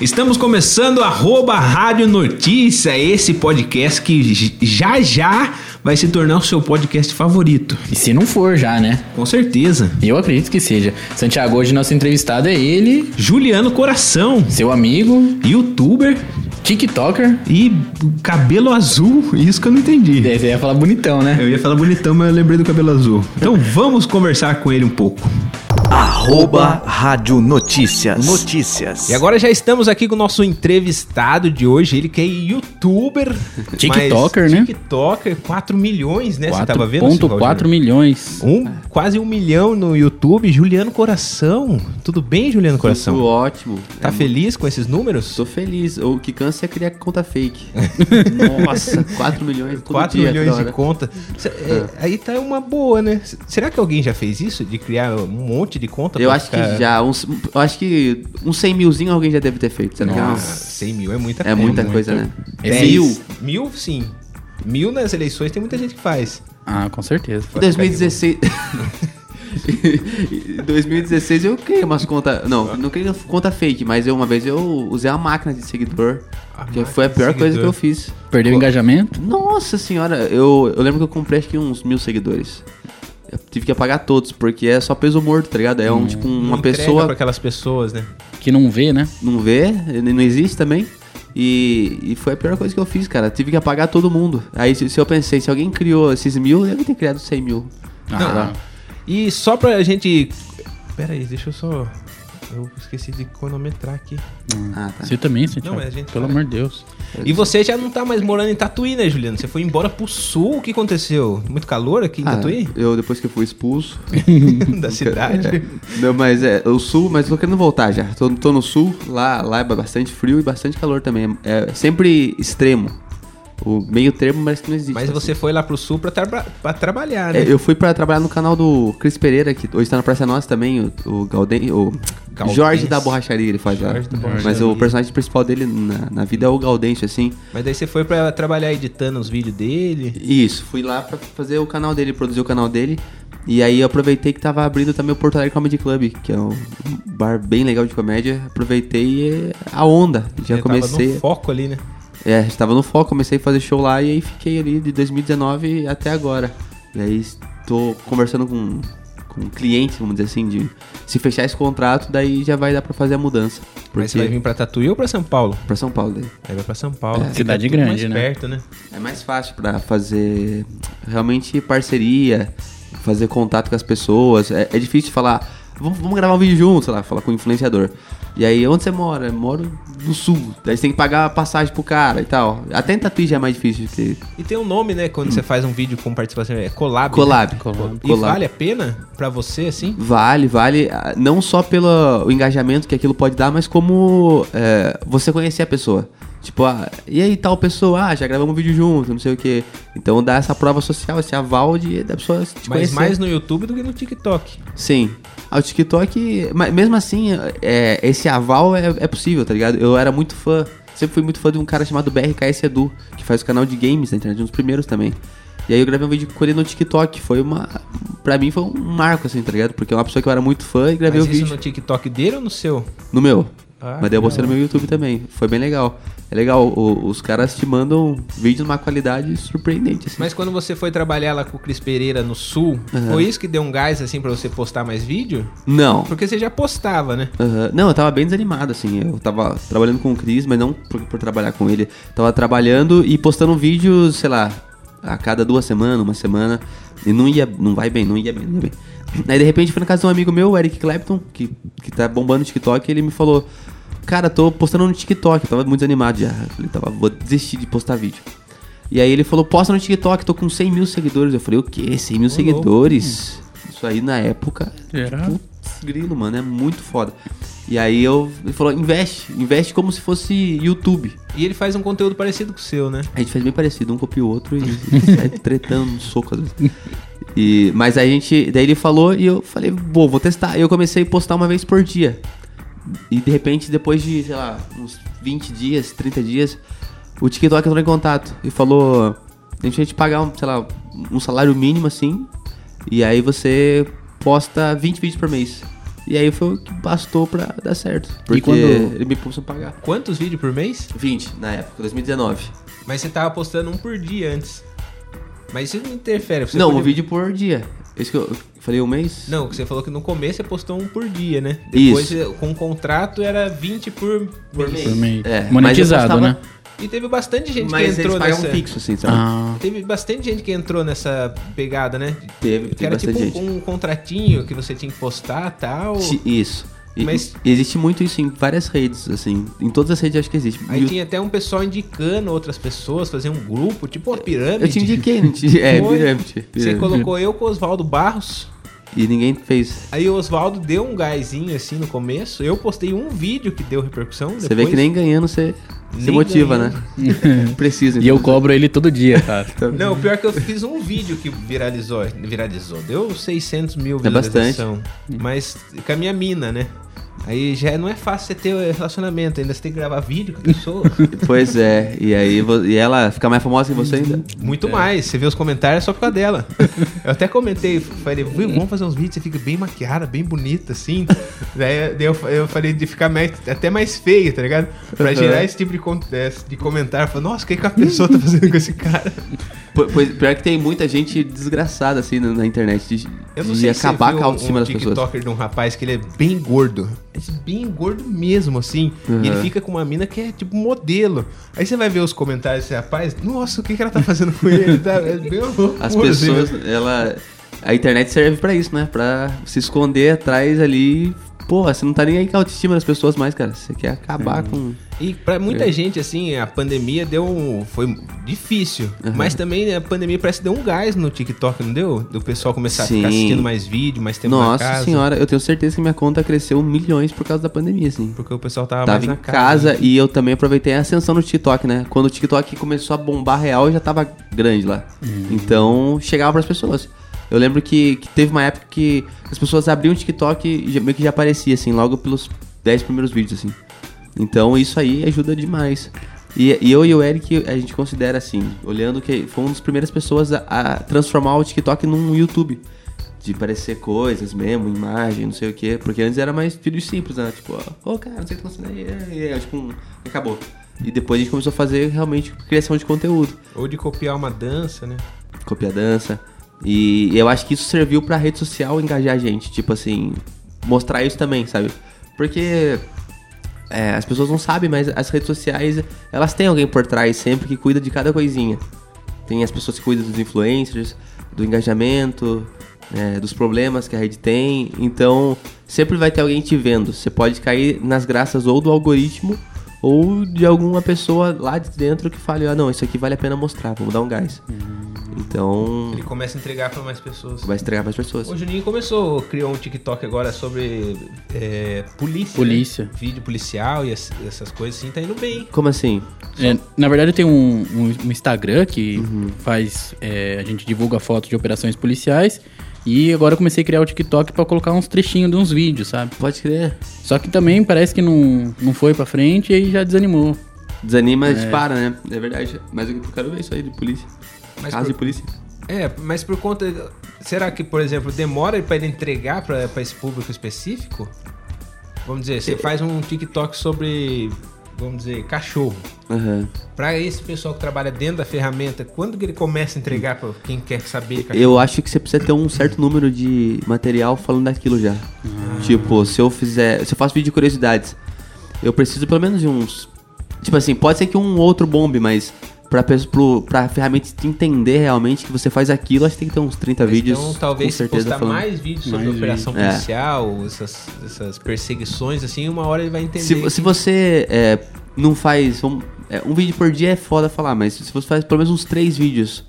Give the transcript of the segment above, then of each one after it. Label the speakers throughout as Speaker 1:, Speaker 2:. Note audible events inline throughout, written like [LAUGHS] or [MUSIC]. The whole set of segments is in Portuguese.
Speaker 1: Estamos começando arroba Rádio Notícia, esse podcast que j- já já vai se tornar o seu podcast favorito.
Speaker 2: E se não for já, né?
Speaker 1: Com certeza.
Speaker 2: Eu acredito que seja. Santiago, hoje nosso entrevistado é ele,
Speaker 1: Juliano Coração,
Speaker 2: seu amigo,
Speaker 1: youtuber
Speaker 2: TikToker.
Speaker 1: e cabelo azul, isso que eu não entendi.
Speaker 2: Daí Você ia falar bonitão, né?
Speaker 1: É, Eu ia falar bonitão, mas eu lembrei do cabelo azul. Então vamos conversar com ele um pouco.
Speaker 3: Arroba Rádio Notícias. Notícias.
Speaker 1: E agora já estamos aqui com o nosso entrevistado de hoje, ele que é youtuber. mas-
Speaker 2: TikToker, né?
Speaker 1: [LAUGHS] TikToker, 4 milhões, né? Você tava vendo? Silvaldo?
Speaker 2: 4.4 milhões.
Speaker 1: Um, quase um milhão no YouTube. Juliano Coração. Tudo bem, Juliano
Speaker 4: Tudo
Speaker 1: Coração?
Speaker 4: ótimo. É,
Speaker 1: Tá feliz com esses números?
Speaker 4: Tô feliz. O que cansa é criar
Speaker 1: [LAUGHS]
Speaker 4: conta fake. Nossa, 4 milhões todo
Speaker 1: 4
Speaker 4: dia, É.
Speaker 1: milhões
Speaker 4: toda
Speaker 1: de
Speaker 4: hora.
Speaker 1: contas. Aí tá uma boa, né? S- Será que alguém já fez isso? De criar um monte de conta?
Speaker 4: Eu
Speaker 1: pra
Speaker 4: acho que
Speaker 1: ficar-
Speaker 4: já, uns, eu acho que uns 100 milzinho alguém já deve ter feito, sabe?
Speaker 1: Ah,
Speaker 4: Nossa.
Speaker 1: 100 mil é muita É
Speaker 4: É muita coisa, né?
Speaker 2: Esse-
Speaker 4: Mil.
Speaker 1: Mil, sim. Mil nas eleições tem muita gente que faz.
Speaker 2: Ah, com certeza.
Speaker 4: Em 2016... [LAUGHS] Em 2016 eu criei umas contas. Não, não criei conta fake, mas eu, uma vez eu usei a máquina de seguidor.
Speaker 1: A
Speaker 4: que
Speaker 1: máquina
Speaker 4: foi a
Speaker 1: de
Speaker 4: pior coisa
Speaker 1: seguidor.
Speaker 4: que eu fiz.
Speaker 2: Perdeu o engajamento?
Speaker 4: Nossa senhora, eu, eu lembro que eu comprei acho que uns mil seguidores. Eu tive que apagar todos, porque é só peso morto, tá ligado? É um, tipo uma
Speaker 1: Hum, Não entrega
Speaker 4: pessoa
Speaker 1: pra aquelas pessoas, né?
Speaker 2: Que não vê, né?
Speaker 4: não vê, ele não existe também. E, e foi a pior coisa que eu fiz, cara. Tive que apagar todo mundo. Aí se, se eu pensei, se alguém criou esses mil, deve ter criado 100 mil. tá.
Speaker 2: Ah,
Speaker 1: E só pra gente. Pera aí, deixa eu só. Eu esqueci de cronometrar aqui.
Speaker 4: Ah, tá.
Speaker 2: Você também, Santiago.
Speaker 1: Não, mas a gente
Speaker 2: Pelo
Speaker 1: para.
Speaker 2: amor de Deus.
Speaker 1: E você já não tá mais morando em Tatuí, né, Juliano? Você foi embora pro sul. O que aconteceu? Muito calor aqui em
Speaker 4: Ah,
Speaker 1: Tatuí?
Speaker 4: eu depois que eu
Speaker 1: [LAUGHS]
Speaker 4: fui expulso.
Speaker 1: da cidade?
Speaker 4: Não, mas é, o sul, mas tô querendo voltar já. Tô, tô no sul, lá, lá é bastante frio e bastante calor também. É sempre extremo. O meio termo parece que não existe.
Speaker 1: Mas
Speaker 4: assim.
Speaker 1: você foi lá pro sul pra, traba- pra trabalhar, né?
Speaker 4: É, eu fui pra trabalhar no canal do Cris Pereira, que hoje tá na Praça Nossa também, o, o Galden- o
Speaker 1: Galdense.
Speaker 4: Jorge da Borracharia ele faz lá.
Speaker 1: Jorge da
Speaker 4: Mas
Speaker 1: Borracharia.
Speaker 4: o personagem principal dele na, na vida é o Gaudencio, assim.
Speaker 1: Mas daí você foi pra trabalhar editando os vídeos dele.
Speaker 4: Isso, fui lá pra fazer o canal dele, produzir o canal dele. E aí eu aproveitei que tava abrindo também o Porto Alegre Comedy Club, que é um bar bem legal de comédia. Aproveitei eh, a onda, já
Speaker 1: Ele Tava
Speaker 4: comecei.
Speaker 1: no foco ali, né?
Speaker 4: É, estava no foco, comecei a fazer show lá e aí fiquei ali de 2019 até agora. E aí estou conversando com, com clientes, vamos dizer assim, de se fechar esse contrato, daí já vai dar pra fazer a mudança.
Speaker 1: Mas você vai
Speaker 4: Porque É.
Speaker 1: vir pra Tatuí ou pra São Paulo?
Speaker 4: pra São Paulo daí.
Speaker 1: Aí vai pra São Paulo. Fica
Speaker 2: cidade
Speaker 1: tudo
Speaker 2: grande,
Speaker 1: mais
Speaker 2: né?
Speaker 1: perto, né?
Speaker 4: É mais fácil pra fazer realmente parceria, fazer contato com as pessoas. É, é difícil falar, vamos, vamos gravar um vídeo junto, sei lá, falar com o influenciador. E aí, onde você mora? Eu moro no sul. Daí você tem que pagar a passagem pro cara e tal. Até em Tatuí já é mais difícil de ter
Speaker 1: E tem um nome, né? Quando você faz um vídeo com participação. É collab. né?
Speaker 4: Collab.
Speaker 1: E
Speaker 4: Collab.
Speaker 1: vale a pena pra você, assim?
Speaker 4: Vale, vale. ah, Não só pelo o engajamento que aquilo pode dar, mas como é, você conhecer a pessoa. Tipo, ah, e aí tal pessoa? Ah, já gravamos um vídeo junto, não sei o quê. Então dá essa prova social, esse aval de, da pessoa te
Speaker 1: Mas
Speaker 4: conhecer.
Speaker 1: mais no YouTube do que no TikTok.
Speaker 4: Sim. Ah, o TikTok, mas mesmo assim, é, esse aval é, é possível, tá ligado? Eu era muito fã, sempre fui muito fã de um cara chamado BRKS Edu, que faz o canal de games na internet, um dos primeiros também. E aí eu gravei um vídeo com ele no TikTok, foi uma... Pra mim foi um marco, assim, tá ligado? Porque é uma pessoa que eu era muito fã e gravei
Speaker 1: Mas
Speaker 4: o
Speaker 1: isso
Speaker 4: vídeo.
Speaker 1: no TikTok dele ou no seu?
Speaker 4: No meu.
Speaker 1: Ah,
Speaker 4: Mas daí eu postei no meu YouTube também. Foi bem legal. É legal, o- os caras te mandam vídeos numa qualidade surpreendente, assim.
Speaker 1: Mas quando você foi trabalhar lá com o Cris Pereira no Sul,
Speaker 4: Uhum.
Speaker 1: foi isso que deu um gás, assim, pra você postar mais vídeo?
Speaker 4: Não.
Speaker 1: Porque você já postava, né?
Speaker 4: Aham. Não, eu tava bem desanimado, assim. Eu tava trabalhando com o Cris, mas não por, por trabalhar com ele. Tava trabalhando e postando vídeos, sei lá, a cada duas semanas, uma semana. E não ia, não vai bem, não ia bem, não ia bem. Aí de repente foi na casa de um amigo meu, o Eric Clapton, que, que tá bombando o TikTok, e ele me falou: Cara, tô postando no TikTok, eu tava muito desanimado já. Eu falei, tava, vou desistir de postar vídeo. E aí ele falou, posta no TikTok, tô com 100 mil seguidores. Eu falei, o quê? 100 mil seguidores? Isso aí na época
Speaker 2: Será?
Speaker 4: Putz, grilo, mano, é muito foda. E aí eu ele falou, investe, investe como se fosse YouTube.
Speaker 1: E ele faz um conteúdo parecido com o seu, né?
Speaker 4: A gente fez bem parecido, um copia o outro e [LAUGHS] e sai tretando no soco às vezes. E, mas a gente. Daí ele falou e eu falei, pô, vou testar. E eu comecei a postar uma vez por dia. E de repente, depois de, sei lá, uns 20 dias, 30 dias, o TikTok entrou em contato e falou: a gente vai te pagar, um, sei lá, um salário mínimo assim. E aí você posta 20 vídeos por mês. E aí foi o que bastou pra dar certo. Porque
Speaker 2: quando-
Speaker 4: ele me pôs a pagar.
Speaker 1: Quantos vídeos por mês?
Speaker 4: 20 na época, 2019.
Speaker 1: Mas você tava postando um por dia antes. Mas isso não interfere. Você
Speaker 4: não,
Speaker 1: podia-
Speaker 4: um vídeo por dia. Isso que eu eu falei um mês?
Speaker 1: Não, que você falou que no começo você postou um por dia, né?
Speaker 4: Isso.
Speaker 1: Depois você- com o contrato era 20 por, por mês.
Speaker 2: Por meio.
Speaker 4: É,
Speaker 2: Monetizado,
Speaker 4: mas eu
Speaker 2: né?
Speaker 4: postava-
Speaker 1: E teve bastante gente
Speaker 4: Mas
Speaker 1: que
Speaker 4: eles
Speaker 1: entrou
Speaker 4: pagavam
Speaker 1: nessa.
Speaker 4: fixo, assim, sabe?
Speaker 2: Ah, [LAUGHS]
Speaker 1: Teve bastante gente que entrou nessa pegada, né?
Speaker 4: Teve,
Speaker 1: Que
Speaker 4: teve
Speaker 1: era
Speaker 4: bastante
Speaker 1: tipo um-
Speaker 4: gente.
Speaker 1: um, contratinho que você tinha que postar tal.
Speaker 4: Ti- Isso. E-
Speaker 1: Mas-
Speaker 4: e existe muito isso em várias redes, assim. Em todas as redes acho que existe.
Speaker 1: Aí
Speaker 4: E o-
Speaker 1: tinha até um pessoal indicando outras pessoas, fazer um grupo, tipo uma pirâmide.
Speaker 4: Eu te indiquei,
Speaker 1: [LAUGHS]
Speaker 4: não te... É,
Speaker 1: Foi.
Speaker 4: pirâmide.
Speaker 1: Você
Speaker 4: pirâmide.
Speaker 1: colocou eu com o Oswaldo Barros.
Speaker 4: E ninguém fez.
Speaker 1: Aí o Oswaldo deu um gásinho assim no começo. Eu postei um vídeo que deu repercussão.
Speaker 4: Você vê que nem ganhando você
Speaker 1: Nem
Speaker 4: se motiva, né?
Speaker 2: ganhando.
Speaker 4: Precisa. então.
Speaker 2: e eu cobro ele todo dia, cara.
Speaker 1: Não, o pior é que eu fiz um vídeo que viralizou. Viralizou. Deu 600 mil
Speaker 4: É bastante.
Speaker 1: visualização. mas com a minha mina, né? Aí já não é fácil você ter relacionamento, ainda você tem que gravar vídeo com a
Speaker 4: [LAUGHS]
Speaker 1: pessoa.
Speaker 4: Pois é. E aí vo- e ela fica mais famosa que você ainda?
Speaker 1: Muito mais. Você vê os comentários é só por causa dela.
Speaker 4: [LAUGHS]
Speaker 1: Eu até comentei, falei, "Viu, vamos fazer uns vídeos, você fica bem maquiada, bem bonita,
Speaker 4: [LAUGHS]
Speaker 1: assim. Daí daí eu, eu falei de ficar mais- até mais feia, tá ligado? Pra
Speaker 4: Uhum.
Speaker 1: gerar esse tipo de, con- eh, de comentário. Falei, nossa, o que, que a pessoa tá fazendo com esse cara?
Speaker 4: Po- Pois, pior que tem muita gente desgraçada assim na, na internet de, de
Speaker 1: se
Speaker 4: acabar
Speaker 1: você
Speaker 4: com
Speaker 1: viu
Speaker 4: a autoestima
Speaker 1: um
Speaker 4: das pessoas.
Speaker 1: TikToker de um rapaz que ele é bem gordo. Mas Bem gordo mesmo, assim.
Speaker 4: Uhum.
Speaker 1: E ele fica com uma mina que é tipo modelo. Aí você vai ver os comentários desse rapaz, nossa, o que, que ela tá fazendo com
Speaker 4: [LAUGHS]
Speaker 1: ele? Tá, é bem loucura,
Speaker 4: As
Speaker 1: assim, né?
Speaker 4: pessoas, ela. A internet serve pra isso, né? Pra se esconder atrás ali. Porra, você não tá nem aí com a autoestima das pessoas mais, cara. Você quer acabar com.
Speaker 1: E pra muita gente, assim, a pandemia deu um. Foi difícil.
Speaker 4: Uhum.
Speaker 1: Mas também a pandemia parece que deu um gás no TikTok, não deu? Do pessoal começar a ficar
Speaker 4: Sim.
Speaker 1: assistindo mais vídeo, mais tempo na
Speaker 4: Nossa
Speaker 1: casa.
Speaker 4: senhora, eu tenho certeza que minha conta cresceu milhões por causa da pandemia, assim.
Speaker 1: Porque o pessoal tava,
Speaker 4: Tava
Speaker 1: tá mais na né?
Speaker 4: em casa, e eu também aproveitei a ascensão no TikTok, né? Quando o TikTok começou a bombar real, eu já tava grande lá. Então, chegava pras pessoas. Eu lembro que, que teve uma época que as pessoas abriam o TikTok e já- meio que já aparecia, assim, logo pelos 10 primeiros vídeos, assim. Então, isso aí ajuda demais. E, e eu e o Eric, a gente considera, assim, olhando que foi uma das primeiras pessoas a, a transformar o TikTok num YouTube. De parecer coisas mesmo, imagem, não sei o quê. Porque antes era mais vídeos simples, né? Tipo, ó, ô cara, não sei o que tá acontecendo aí. é, é, é, Tipo, um, acabou. E depois a gente começou a fazer realmente criação de conteúdo.
Speaker 1: Ou de copiar uma dança, né?
Speaker 4: Copia dança. E eu acho que isso serviu pra rede social engajar a gente. Tipo assim, mostrar isso também, sabe? Porque é, as pessoas não sabem, mas as redes sociais, elas têm alguém por trás sempre que cuida de cada coisinha. Tem as pessoas que cuidam dos influencers, do engajamento, é, dos problemas que a rede tem. Então, sempre vai ter alguém te vendo. Você pode cair nas graças ou do algoritmo ou de alguma pessoa lá de dentro que fale, ah, não, isso aqui vale a pena mostrar, vamos dar um gás. Então,
Speaker 1: Ele começa a entregar pra mais pessoas.
Speaker 4: vai entregar mais pessoas.
Speaker 1: O Juninho começou, criou um TikTok agora sobre é, polícia.
Speaker 2: Polícia.
Speaker 1: né? Vídeo policial e as- essas coisas assim, tá indo bem.
Speaker 4: Como assim?
Speaker 2: É, na verdade, tem um, um- um Instagram que faz. é, a gente divulga fotos de operações policiais. E agora eu comecei a criar o TikTok pra colocar uns trechinhos de uns vídeos, sabe?
Speaker 4: Pode crer.
Speaker 2: Só que também parece que não, não foi pra frente e aí já desanimou.
Speaker 4: Desanima, dispara, né? É verdade. Mas eu quero ver é isso aí de polícia.
Speaker 1: Mas
Speaker 4: Caso
Speaker 1: por-
Speaker 4: de polícia.
Speaker 1: É, mas por conta. Será que, por exemplo, demora pra ele entregar pra pra esse público específico? Vamos dizer, você faz um TikTok sobre, vamos dizer, cachorro.
Speaker 4: Aham.
Speaker 1: Pra esse pessoal que trabalha dentro da ferramenta, quando que ele começa a entregar pra quem quer saber de cachorro?
Speaker 4: Eu acho que você precisa ter um certo número de material falando daquilo já.
Speaker 1: Ah.
Speaker 4: Tipo, se eu fizer. Se eu faço vídeo de curiosidades, eu preciso pelo menos de uns. Tipo assim, pode ser que um outro bombe, mas pra, pes- pro, pra ferramenta te entender realmente que você faz aquilo, acho que tem que ter uns 30 vídeos.
Speaker 1: então, talvez
Speaker 4: com
Speaker 1: se
Speaker 4: certeza
Speaker 1: postar
Speaker 4: falando.
Speaker 1: mais vídeos sobre
Speaker 2: Mais
Speaker 1: operação
Speaker 4: vídeo. É.
Speaker 1: policial, essas, essas perseguições, assim, uma hora ele vai entender.
Speaker 4: Se, vo- se você é, não faz. Um, é, um vídeo por dia é foda falar, mas se você faz pelo menos uns três vídeos,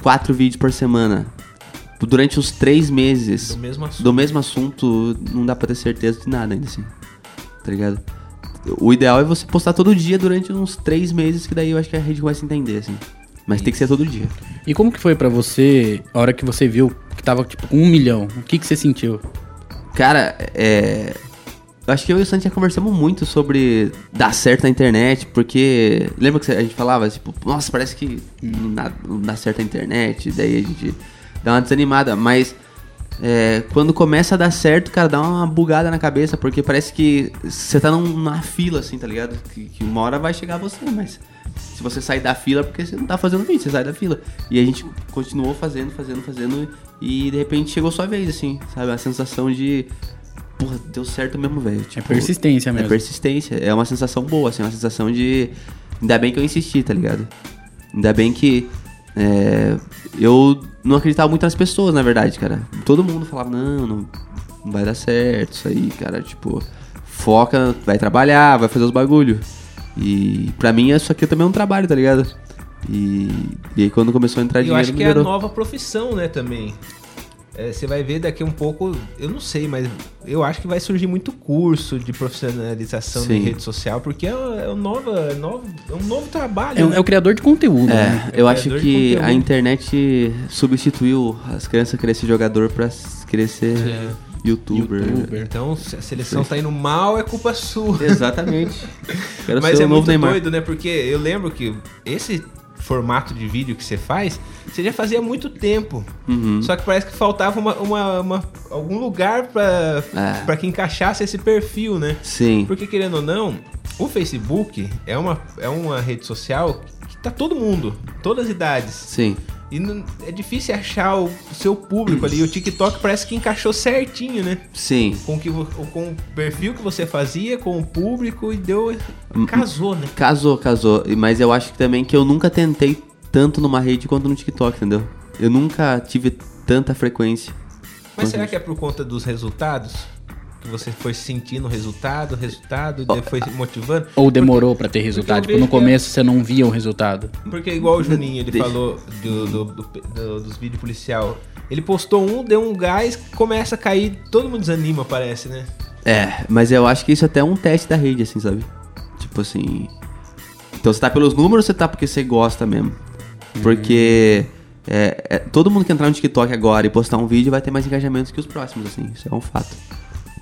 Speaker 4: quatro vídeos por semana, durante uns três meses
Speaker 1: Do mesmo assunto.
Speaker 4: do mesmo assunto, não dá pra ter certeza de nada ainda assim. Tá ligado? O ideal é você postar todo dia durante uns três meses, que daí eu acho que a rede começa a entender, assim. Mas tem que ser todo dia.
Speaker 2: E como que foi pra você a hora que você viu que tava tipo com um milhão? O que, que você sentiu?
Speaker 4: Cara, é. Eu acho que eu e o Santi já conversamos muito sobre dar certo na internet, porque. Lembra que a gente falava, tipo, nossa, parece que não dá, não dá certo na internet, daí a gente dá uma desanimada, mas é, quando começa a dar certo, cara, dá uma bugada na cabeça, porque parece que você tá num- numa fila, assim, tá ligado? Que, que uma hora vai chegar você, mas se você sair da fila, é porque você não tá fazendo vídeo, você sai da fila. E a gente continuou fazendo, fazendo, fazendo, e de repente chegou sua vez, assim, sabe? A sensação de, porra, deu certo mesmo, velho.
Speaker 2: É
Speaker 4: Tipo,
Speaker 2: persistência
Speaker 4: é
Speaker 2: mesmo.
Speaker 4: persistência. É uma sensação boa, assim, uma sensação de. Ainda bem que eu insisti, tá ligado? Ainda bem que. é, eu não acreditava muito nas pessoas, na verdade, cara. Todo mundo falava, não, não, não vai dar certo isso aí, cara. Tipo, foca, vai trabalhar, vai fazer os bagulho. E pra mim isso aqui também é um trabalho, tá ligado? E, e aí quando começou a entrar
Speaker 1: E eu
Speaker 4: Tá dinheiro,
Speaker 1: acho que é a
Speaker 4: melhorou.
Speaker 1: nova profissão, né, também. É, Você vai ver daqui um pouco, eu não sei, mas eu acho que vai surgir muito curso de profissionalização de
Speaker 4: Sim.
Speaker 1: rede social, porque é, é, um nova, é, novo, é um novo trabalho.
Speaker 2: É, o-
Speaker 1: né?
Speaker 2: é o criador de conteúdo, né?
Speaker 4: É, eu
Speaker 1: É,
Speaker 4: acho
Speaker 1: criador de
Speaker 4: que a
Speaker 1: conteúdo.
Speaker 4: internet substituiu as crianças querer ser jogador pra s- querer ser
Speaker 1: É.
Speaker 4: youtuber.
Speaker 2: Youtuber.
Speaker 1: Então, se a seleção tá indo mal, é culpa sua. [LAUGHS]
Speaker 4: Exatamente. Quero
Speaker 1: Mas
Speaker 4: ser
Speaker 1: é
Speaker 4: o novo
Speaker 1: muito
Speaker 4: Neymar.
Speaker 1: doido, né? Porque eu lembro que esse formato de vídeo que você faz, você já fazia há muito tempo.
Speaker 4: Uhum.
Speaker 1: Só que parece que faltava uma, uma- uma- algum lugar pra,
Speaker 4: É.
Speaker 1: pra que encaixasse esse perfil, né?
Speaker 4: Sim.
Speaker 1: Porque querendo ou não, o Facebook é uma, é uma rede social que tá todo mundo, todas as idades.
Speaker 4: Sim.
Speaker 1: E não- é difícil achar o seu público ali. E o TikTok parece que encaixou certinho, né?
Speaker 4: Sim.
Speaker 1: Com, o que, vo- com o perfil que você fazia, com o público e deu.
Speaker 4: Hum,
Speaker 1: Casou, né?
Speaker 4: Casou, casou. E- Mas eu acho que também que eu nunca tentei tanto numa rede quanto no TikTok, entendeu? Eu nunca tive tanta frequência.
Speaker 1: Mas será que é por conta dos resultados? Que você foi sentindo o resultado, o resultado, e foi se motivando?
Speaker 2: Ou demorou pra ter
Speaker 1: eu
Speaker 2: resultado. Tipo,
Speaker 1: vejo
Speaker 2: no
Speaker 1: que é-
Speaker 2: começo você não via o resultado.
Speaker 1: Porque igual o Juninho, ele
Speaker 4: Hum, Deixa.
Speaker 1: falou do, do- do- do- dos vídeos policial. Ele postou um, deu um gás, começa a cair, todo mundo desanima, parece, né?
Speaker 4: É, mas eu acho que isso até é um teste da rede, assim, sabe? Tipo assim. Então você tá pelos números ou você tá porque você gosta mesmo? Porque. é, é, todo mundo que entrar no TikTok agora e postar um vídeo vai ter mais engajamentos que os próximos, assim, isso é um fato.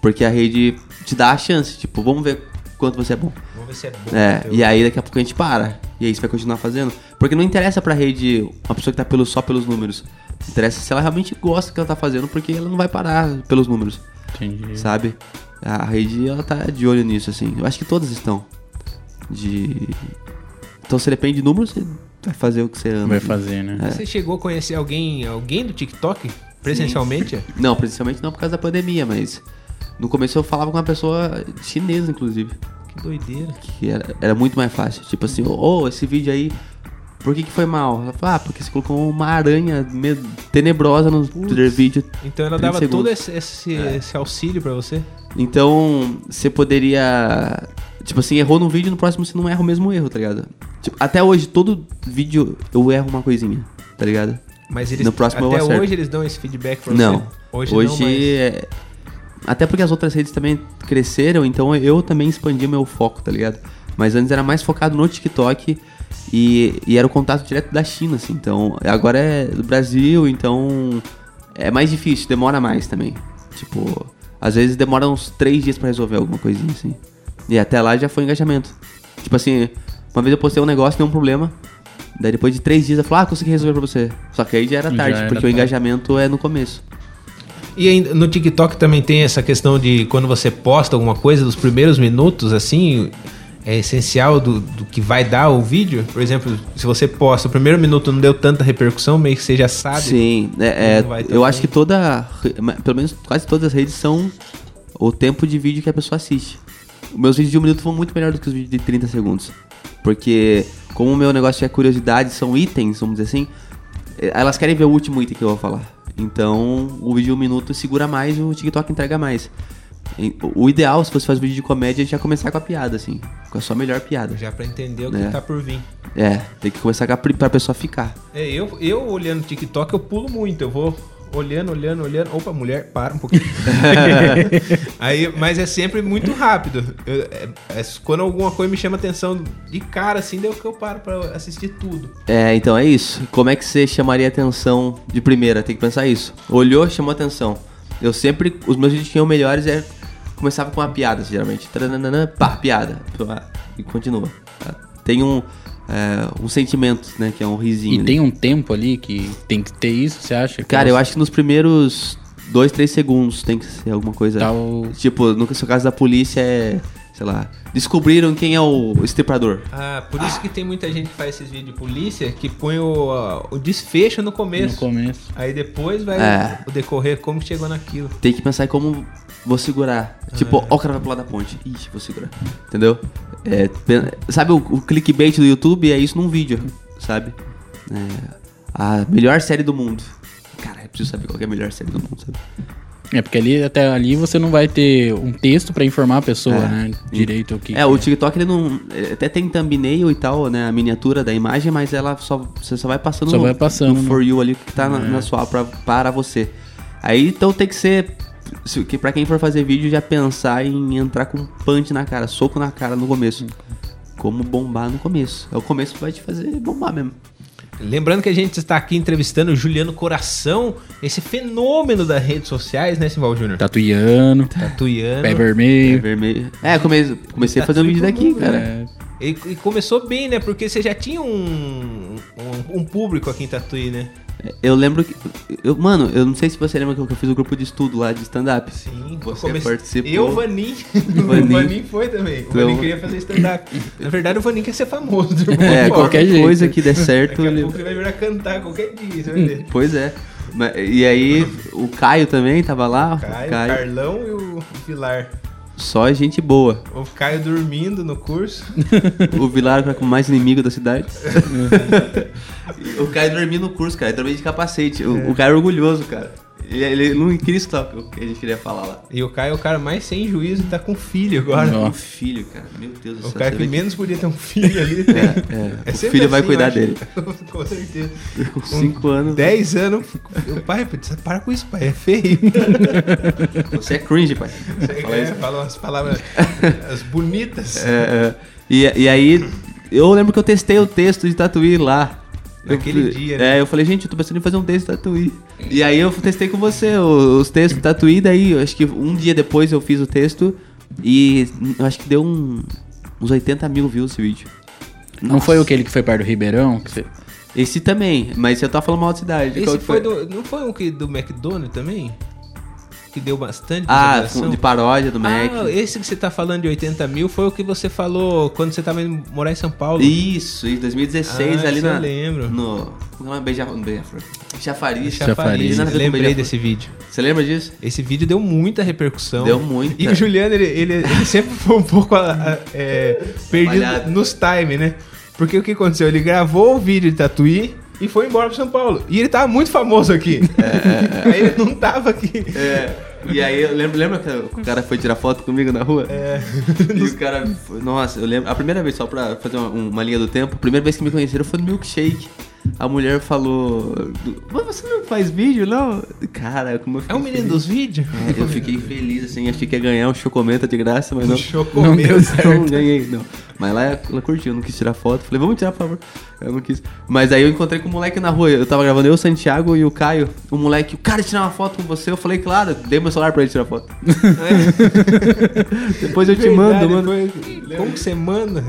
Speaker 4: Porque a rede te dá a chance, tipo, vamos ver quanto você é bom.
Speaker 1: Vamos ver se é bom.
Speaker 4: É,
Speaker 1: entendeu?
Speaker 4: e aí daqui a pouco a gente para. E aí você vai continuar fazendo. Porque não interessa pra rede uma pessoa que tá pelo, só pelos números. Interessa se ela realmente gosta do que ela tá fazendo, porque ela não vai parar pelos números,
Speaker 2: Entendi.
Speaker 4: sabe? A rede, ela tá de olho nisso, assim. Eu acho que todas estão. De... Então você depende de números, você vai fazer o que você ama.
Speaker 2: Vai fazer,
Speaker 4: é.
Speaker 2: né?
Speaker 1: Você chegou a conhecer alguém, alguém do TikTok? Presencialmente?
Speaker 4: Não, presencialmente não por causa da pandemia, mas... No começo eu falava com uma pessoa chinesa, inclusive.
Speaker 1: Que doideira.
Speaker 4: que era, era muito mais fácil. Tipo assim, ô, ô, esse vídeo aí, por que, que foi mal? Ela fala, ah, porque você colocou uma aranha me- tenebrosa no vídeo.
Speaker 1: Então ela
Speaker 4: 30
Speaker 1: dava
Speaker 4: segundos. É.
Speaker 1: todo esse, esse- esse auxílio pra você?
Speaker 4: Então, você poderia. Tipo assim, errou num vídeo, no próximo você não erra o mesmo erro, tá ligado? Tipo, até hoje, todo vídeo eu erro uma coisinha, tá ligado?
Speaker 1: Mas eles,
Speaker 4: No próximo eu
Speaker 1: até
Speaker 4: acerto.
Speaker 1: hoje eles dão esse feedback pra
Speaker 4: Não.
Speaker 1: você?
Speaker 4: Hoje,
Speaker 1: não, mas...
Speaker 4: é- Até porque as outras redes também cresceram, então eu também expandi meu foco, tá ligado? Mas antes era mais focado no TikTok e, e era o contato direto da China, assim. Então, agora é do Brasil, então é mais difícil, demora mais também. Tipo, às vezes demora uns três dias pra resolver alguma coisinha, assim. E até lá já foi engajamento. Tipo assim, uma vez eu postei um negócio, deu um problema. Daí depois de três dias eu falei, ah, consegui resolver pra você. Só que aí já era
Speaker 2: Já
Speaker 4: tarde,
Speaker 2: era
Speaker 4: porque o
Speaker 2: tarde.
Speaker 4: engajamento é no começo.
Speaker 1: E ainda- no TikTok também tem essa questão de quando você posta alguma coisa, dos primeiros minutos, assim, é essencial do, do que vai dar o vídeo. Por exemplo, se você posta o primeiro minuto não deu tanta repercussão, meio que você já sabe.
Speaker 4: Sim, é, é,
Speaker 1: Não vai ter um
Speaker 4: eu acho
Speaker 1: como.
Speaker 4: que toda, pelo menos quase todas as redes são o tempo de vídeo que a pessoa assiste. Os meus vídeos de um minuto vão muito melhor do que os vídeos de 30 segundos. Porque, como o meu negócio é curiosidade, são itens, vamos dizer assim, eh, elas querem ver o último item que eu vou falar. Então, o vídeo de um minuto segura mais e o TikTok entrega mais. E O o ideal, se você faz vídeo de comédia, é já começar com a piada, assim. Com a sua melhor piada.
Speaker 1: Já pra entender o que
Speaker 4: É.
Speaker 1: tá por vir.
Speaker 4: É, tem que começar com a, pri- pra pessoa ficar.
Speaker 1: É, eu, eu olhando TikTok, eu pulo muito. Eu vou olhando, olhando, olhando. Opa, mulher, para um
Speaker 4: [LAUGHS]
Speaker 1: pouquinho. Aí, mas é sempre muito rápido. Eu- é- é quando alguma coisa me chama atenção de cara, assim, deu que eu paro pra assistir tudo.
Speaker 4: É, então é isso. Como é que você chamaria atenção de primeira? Tem que pensar isso. Olhou, chamou atenção. Eu sempre, os meus vídeos que tinham melhores é começava com uma piada, geralmente. Taranana, pá, piada. Pá, E continua. tá? Tem um é, um sentimento, né, que é um risinho.
Speaker 2: E
Speaker 4: né?
Speaker 2: tem um tempo ali que tem que ter isso, você acha?
Speaker 4: Cara, eu acho que nos primeiros dois, três segundos. Tem que ser alguma coisa.
Speaker 2: Tá o-
Speaker 4: Tipo, no seu caso da polícia é. Sei lá. Descobriram quem é o estuprador.
Speaker 1: Ah, por isso que tem muita gente que faz esses vídeos de polícia que põe o, ah, o desfecho no começo.
Speaker 2: No começo.
Speaker 1: Aí depois vai
Speaker 4: É.
Speaker 1: o decorrer como que chegou naquilo.
Speaker 4: Tem que pensar em como vou segurar. Tipo, ó, o cara vai pular da ponte. Ixi, vou segurar. Entendeu? É, pen- sabe o, o clickbait do YouTube? É isso num vídeo, sabe? É, a melhor série do mundo. Cara, eu preciso saber qual que é a melhor série do mundo, sabe?
Speaker 2: É porque ali até ali você não vai ter um texto pra informar a pessoa,
Speaker 4: É.
Speaker 2: né? Direito o que.
Speaker 4: É, o TikTok ele não. ele Até tem thumbnail e tal, né? A miniatura da imagem, mas ela só. Você só vai passando
Speaker 2: Só
Speaker 4: no-
Speaker 2: vai passando, né? É.
Speaker 4: no for you ali o que tá na, na sua pra, para você. Aí então tem que ser. se- Que pra quem for fazer vídeo, já pensar em entrar com um punch na cara, soco na cara no começo. Como bombar no começo. É o começo que vai te fazer bombar mesmo.
Speaker 1: Lembrando que a gente está aqui entrevistando o Juliano Coração, esse fenômeno das redes sociais, né, Simval
Speaker 4: Tá.
Speaker 1: Júnior?
Speaker 2: Tatuiano,
Speaker 1: Tatuiano.
Speaker 2: pé
Speaker 4: É
Speaker 2: vermelho.
Speaker 4: vermelho. É, comecei, comecei a fazer um vídeo daqui, cara.
Speaker 2: [LAUGHS] é,
Speaker 1: E, e começou bem, né? Porque você já tinha um, um, um público aqui em Tatuí, né?
Speaker 4: Eu lembro que. Eu, mano, eu não sei se você lembra que eu- que eu fiz o grupo de estudo lá
Speaker 2: [LAUGHS]
Speaker 4: de stand-up.
Speaker 1: Sim,
Speaker 4: Você
Speaker 1: eu comecei-
Speaker 4: participou.
Speaker 1: Eu, Vanin.
Speaker 4: Vanin.
Speaker 1: O [LAUGHS] Vanin foi também. O
Speaker 4: Então-
Speaker 1: Vanin queria fazer stand-up. Na verdade, o Vanin quer ser famoso. de alguma
Speaker 4: É,
Speaker 1: forma.
Speaker 4: qualquer
Speaker 2: jeito.
Speaker 4: coisa que der certo.
Speaker 1: Daqui a
Speaker 4: ele-
Speaker 1: pouco ele vai virar cantar qualquer dia, você vai ver.
Speaker 4: Pois é. Ma- E aí, o Caio também tava lá. o
Speaker 1: Caio,
Speaker 4: Caio.
Speaker 1: Carlão e o Vilar.
Speaker 4: Só gente boa.
Speaker 1: O Caio dormindo no curso.
Speaker 4: O Vilar era com mais inimigo da cidade. [LAUGHS] o Caio dormia no curso, cara. Dormia de capacete. O, o Caio é orgulhoso, cara. Ele, ele não queria escutar o que a gente queria falar lá.
Speaker 1: E o Caio é o cara mais sem juízo e tá com filho agora.
Speaker 2: Nossa. Ó.
Speaker 4: Um filho, cara. Meu Deus do céu.
Speaker 1: O cara
Speaker 4: você
Speaker 1: que
Speaker 4: vê
Speaker 1: menos podia ter um filho ali.
Speaker 4: [LAUGHS] É, é. O
Speaker 1: sempre assim,
Speaker 4: filho vai cuidar
Speaker 1: eu acho.
Speaker 4: dele.
Speaker 1: [LAUGHS] com certeza.
Speaker 4: que Com 5 anos.
Speaker 1: 10 anos. O pai, putz, para com isso, pai. É feio.
Speaker 4: Você é cringe, pai. [LAUGHS] Fala
Speaker 1: É, Fala umas
Speaker 4: [LAUGHS]
Speaker 1: palavras as bonitas.
Speaker 4: É, é. E, e aí, eu lembro que eu testei o texto de Tatuí lá. Eu-
Speaker 1: Naquele dia, né?
Speaker 4: É, eu falei, gente, eu tô pensando em fazer um texto de Tatuí. E aí eu testei com você o- os textos de Tatuí, daí eu acho que um dia depois eu fiz o texto e eu acho que deu um- uns 80 mil views esse vídeo.
Speaker 2: Não foi aquele que foi perto do Ribeirão? que você-
Speaker 4: Esse também, mas eu tava falando mal de cidade. Qual
Speaker 1: Esse
Speaker 4: que
Speaker 1: foi do. Não foi um que do McDonald's também? Que deu bastante
Speaker 4: Ah,
Speaker 1: visualização?
Speaker 4: de paródia do Mac.
Speaker 1: Ah, esse que você tá falando de 80 mil foi o que você falou quando você tava indo morar em São Paulo.
Speaker 4: Isso, em 2016
Speaker 1: Ah,
Speaker 4: ali
Speaker 1: isso
Speaker 4: na.
Speaker 1: eu lembro.
Speaker 4: No. Como é? Beija, no Beija-Flor. Chafariz.
Speaker 2: Chafariz.
Speaker 1: Chafariz.
Speaker 4: Nada a ver com
Speaker 1: Lembrei
Speaker 4: Beija-Flor.
Speaker 1: desse vídeo.
Speaker 4: Você lembra disso?
Speaker 1: Esse vídeo deu muita repercussão.
Speaker 4: Deu muita.
Speaker 1: E o Juliano, ele, ele- ele sempre foi um pouco a- a- é, perdido
Speaker 4: Trabalhado.
Speaker 1: nos time, né? Porque o que aconteceu? Ele gravou o vídeo de Tatuí e foi embora pra São Paulo. E ele tava muito famoso aqui. [LAUGHS] Aí ele não tava aqui.
Speaker 4: É, e aí eu lembro, lembra que o cara foi tirar foto comigo na rua? É. E o cara. foi- Nossa, eu lembro. A primeira vez, só pra fazer uma, uma linha do tempo, a primeira vez que me conheceram foi no milkshake. A mulher falou. do- Mas você não faz vídeo, não? Cara, como eu
Speaker 1: É
Speaker 4: fiquei
Speaker 1: um menino
Speaker 4: feliz.
Speaker 1: dos vídeos?
Speaker 4: É, Eu fiquei feliz, assim, achei que ia ganhar um chocomenta de graça, mas não.
Speaker 1: Chocou
Speaker 2: Não
Speaker 1: [LAUGHS] mesmo.
Speaker 2: deu certo.
Speaker 4: Não ganhei, não. Mas lá ela curtiu, não quis tirar foto. Falei, vamos tirar, por favor. Eu não quis. Mas aí eu encontrei com um moleque na rua. Eu tava gravando eu, o Santiago e o Caio. O moleque, o cara tirar uma foto com você. Eu falei, claro, dei meu celular pra ele tirar foto.
Speaker 1: [LAUGHS]
Speaker 4: Depois eu te mando,
Speaker 1: Verdade,
Speaker 4: mano.
Speaker 1: foi- Como que você manda?